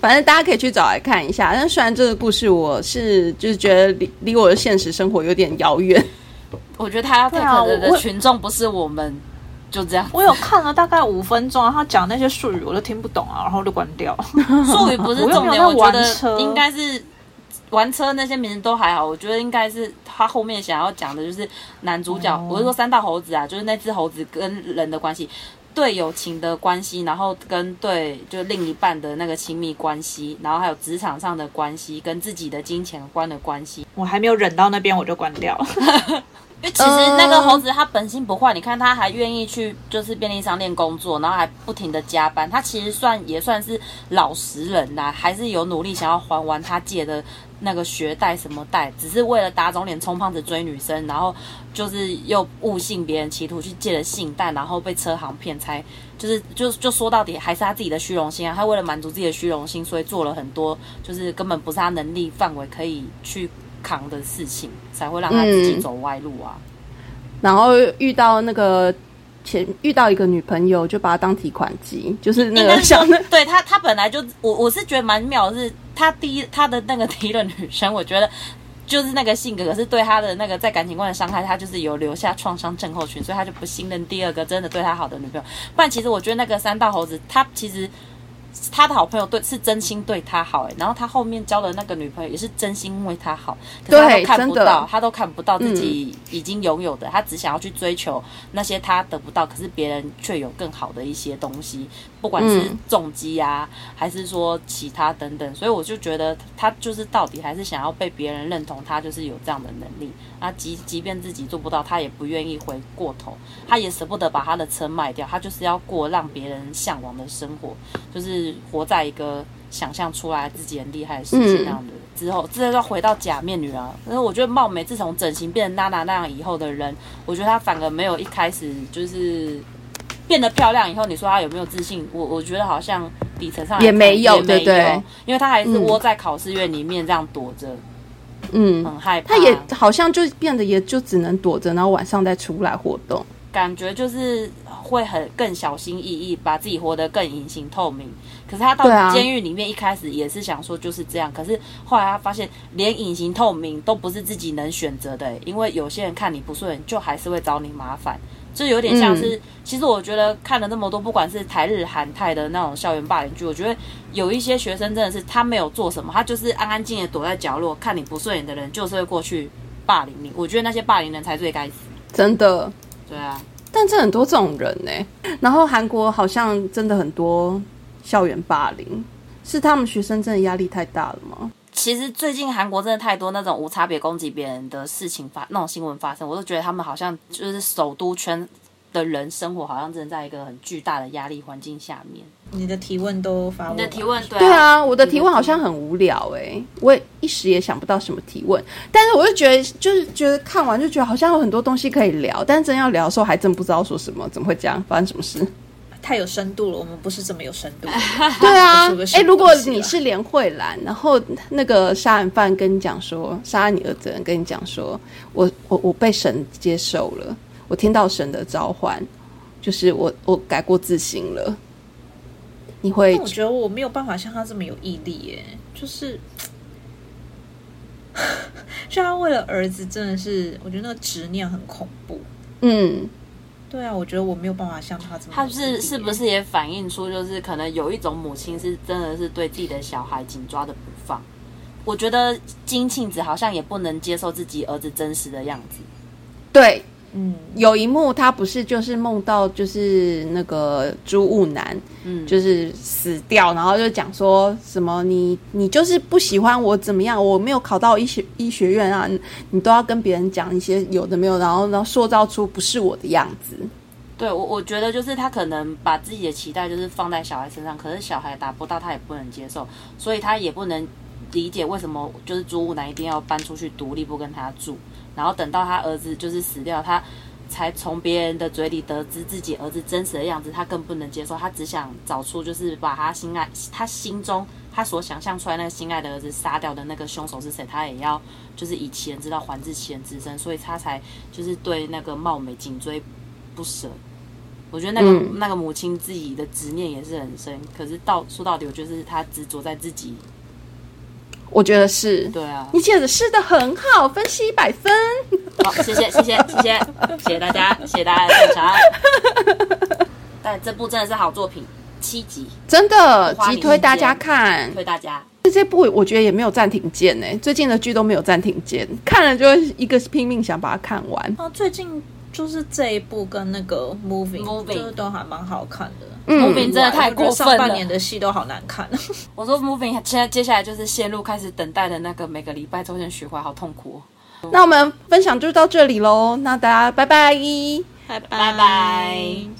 [SPEAKER 1] 反正大家可以去找来看一下。但虽然这个故事我是就是觉得离离我的现实生活有点遥远，
[SPEAKER 3] 我觉得他要 t
[SPEAKER 2] 对啊
[SPEAKER 3] a 的
[SPEAKER 2] 我
[SPEAKER 3] 群众不是我们，就这样。
[SPEAKER 2] 我有 看了大概五分钟，他讲那些术语我都听不懂啊，然后就关 掉。
[SPEAKER 3] 术语不是
[SPEAKER 2] 我又
[SPEAKER 3] 重
[SPEAKER 2] 没
[SPEAKER 3] 点，
[SPEAKER 2] 有
[SPEAKER 3] 我
[SPEAKER 2] 在玩
[SPEAKER 3] 觉得
[SPEAKER 2] 车
[SPEAKER 3] 应该是玩车那些名字都还好。我觉得应该是他后面想要讲的就是男主角，
[SPEAKER 2] 哦
[SPEAKER 3] 我是说三大猴子啊，就是那只猴子跟人的关系。对友情的关系，然后跟对就另一半的那个亲密关系，然后还有职场上的关系，跟自己的金钱观的关系，
[SPEAKER 2] 我还没有忍到那边，我就关掉。
[SPEAKER 3] 因为其实那个猴子他本性不坏，你看他还愿意去就是便利商店工作，然后还不停的加班，他其实算也算是老实人啦，还是有努力想要还完他借的那个学贷什么贷，只是为了打肿脸充胖子追女生，然后就是又误信别人企图去借了信贷，然后被车行骗，才就是就就说到底还是他自己的虚荣心啊，他为了满足自己的虚荣心，所以做了很多就是根本不是他能力范围可以去扛的事情，才会让他自己
[SPEAKER 1] 嗯
[SPEAKER 3] 走歪路啊。
[SPEAKER 1] 然后遇到那个前遇到一个女朋友，就把她当提款机，就是那
[SPEAKER 3] 应
[SPEAKER 1] 个
[SPEAKER 3] 该
[SPEAKER 1] 像
[SPEAKER 3] 说
[SPEAKER 1] 那，
[SPEAKER 3] 对他，他本来就我我是觉得蛮妙的是，他第一他的那个 第一任女生，我觉得就是那个性格，可是对他的那个在感情观的伤害，他就是有留下创伤症候群，所以他就不信任第二个真的对他好的女朋友。不然其实我觉得那个三道猴子，他其实他的好朋友对是真心对他好、欸，然后他后面交的那个女朋友也是真心为他好，可是他
[SPEAKER 1] 对
[SPEAKER 3] 都看
[SPEAKER 1] 真
[SPEAKER 3] 不
[SPEAKER 1] 的嗯
[SPEAKER 3] 到，他都看不到自己已经拥有的，他只想要去追求那些他得不到，可是别人却有更好的一些东西，不管是
[SPEAKER 1] 嗯
[SPEAKER 3] 重击啊，还是说其他等等，所以我就觉得他就是到底还是想要被别人认同，他就是有这样的能力。啊，即即便自己做不到，他也不愿意回过头，他也舍不得把他的车卖掉，他就是要过让别人向往的生活，就是活在一个想象出来自己很厉害的世界那样的。之后，这就回到假面女郎。但是我觉得貌美自从整形变成娜娜那样以后的人，我觉得她反而没有一开始就是变得漂亮以后，你说她有没有自信？我我觉得好像底层上来
[SPEAKER 1] 也
[SPEAKER 3] 看
[SPEAKER 1] 没有
[SPEAKER 3] 也
[SPEAKER 1] 对不对
[SPEAKER 3] 因为她还是
[SPEAKER 1] 嗯
[SPEAKER 3] 窝在考试院里面这样躲着，
[SPEAKER 1] 嗯，
[SPEAKER 3] 很害怕。
[SPEAKER 1] 她也好像就变得也就只能躲着，然后晚上再出来活动。
[SPEAKER 3] 感觉就是会很更小心翼翼，把自己活得更隐形透明。可是他
[SPEAKER 1] 对啊
[SPEAKER 3] 到监狱里面一开始也是想说就是这样，可是后来他发现连隐形透明都不是自己能选择的、因为有些人看你不顺眼，就还是会找你麻烦。就有点像
[SPEAKER 1] 嗯
[SPEAKER 3] 是，其实我觉得看了那么多，不管是台日韩泰的那种校园霸凌剧，我觉得有一些学生真的是他没有做什么，他就是安安静静地躲在角落，看你不顺眼的人就是会过去霸凌你。我觉得那些霸凌人才最该死。
[SPEAKER 1] 真的，
[SPEAKER 3] 对啊，
[SPEAKER 1] 但这很多这种人呢、然后韩国好像真的很多校园霸凌，是他们学生真的压力太大了吗？
[SPEAKER 3] 其实最近韩国真的太多那种无差别攻击别人的事情发那种新闻发生，我都觉得他们好像就是首都圈的人生活好像真的在一个很巨大的压力环境下面。
[SPEAKER 2] 你的提问都发
[SPEAKER 3] 你
[SPEAKER 2] 问
[SPEAKER 3] 的
[SPEAKER 2] 完
[SPEAKER 3] 提问对
[SPEAKER 1] 对啊，我的
[SPEAKER 3] 你
[SPEAKER 1] 提问好像很无聊哎、我也一时也想不到什么提问，但是我就觉得，就是觉得看完就觉得好像有很多东西可以聊，但真要聊的时候还真不知道说什么，怎么会这样，发生什么事？
[SPEAKER 2] 太有深度了，我们不是这么有深 度的。
[SPEAKER 1] 对啊
[SPEAKER 2] 出个，什
[SPEAKER 1] 哎、
[SPEAKER 2] 么
[SPEAKER 1] 如果
[SPEAKER 2] 东西
[SPEAKER 1] 你
[SPEAKER 2] 了
[SPEAKER 1] 是连慧兰，然后那个杀人犯跟你讲说，杀害你儿子的人跟你讲说，我我我被神接受了，我听到神的召唤，就是我我改过自新了，你会
[SPEAKER 2] 但我觉得我没有办法像他这么有毅力耶，就是 就他为了儿子，真的是我觉得那个执念很恐怖。
[SPEAKER 1] 嗯
[SPEAKER 2] 对啊，我觉得我没有办法像他这么有
[SPEAKER 3] 他
[SPEAKER 2] 毅力耶。
[SPEAKER 3] 是是不是也反映出，就是可能有一种母亲是真的是对自己的小孩紧抓的不放？我觉得金庆子好像也不能接受自己儿子真实的样子。
[SPEAKER 1] 对
[SPEAKER 2] 嗯，
[SPEAKER 1] 有一幕，他不是就是梦到就是那个朱雾男，
[SPEAKER 3] 嗯，
[SPEAKER 1] 就是死掉，然后就讲说什么你你就是不喜欢我怎么样，我没有考到医学医学院啊，你你都要跟别人讲一些有的没有，然后然后塑造出不是我的样子。
[SPEAKER 3] 对我，我觉得就是他可能把自己的期待就是放在小孩身上，可是小孩达不到，他也不能接受，所以他也不能理解为什么就是朱屋男一定要搬出去独立不跟他住，然后等到他儿子就是死掉，他才从别人的嘴里得知自己儿子真实的样子，他更不能接受，他只想找出就是把他心爱他心中他所想象出来那个心爱的儿子杀掉的那个凶手是谁，他也要就是以其人之道还治其人之身，所以他才就是对那个貌美紧追不舍。我觉得那个、
[SPEAKER 1] 嗯
[SPEAKER 3] 那个母亲自己的执念也是很深，可是到说到底，我觉得是她执着在自己。
[SPEAKER 1] 我觉得是，
[SPEAKER 3] 对啊，
[SPEAKER 1] 你解释的很好，分析一百分。
[SPEAKER 3] 好，谢谢谢谢谢谢谢谢大家，谢谢大家的捧场。啊但这部真的是好作品，七集
[SPEAKER 1] 真的，
[SPEAKER 3] 花
[SPEAKER 1] 急
[SPEAKER 3] 你
[SPEAKER 1] 推
[SPEAKER 3] 意
[SPEAKER 1] 大家
[SPEAKER 3] 见
[SPEAKER 1] 看
[SPEAKER 3] 推大家。
[SPEAKER 1] 这部，我觉得也没有暂停键呢、最近的剧都没有暂停键，看了就会一个拼命想把它看完。
[SPEAKER 2] 啊，最近就是这一部跟那个 Moving,
[SPEAKER 3] Moving
[SPEAKER 2] 就是都还蛮好看的。
[SPEAKER 3] Moving 真的
[SPEAKER 2] 我觉
[SPEAKER 3] 太
[SPEAKER 2] 得
[SPEAKER 3] 过分
[SPEAKER 2] 上半
[SPEAKER 3] 了
[SPEAKER 2] 年的戏都好难 看。
[SPEAKER 3] 我说 moving，现在接下来就是陷入开始等待的那个每个礼拜周旋循环，好痛苦、哦。
[SPEAKER 1] 那我们分享就到这里喽，那大家拜拜。
[SPEAKER 2] 拜拜
[SPEAKER 3] 拜拜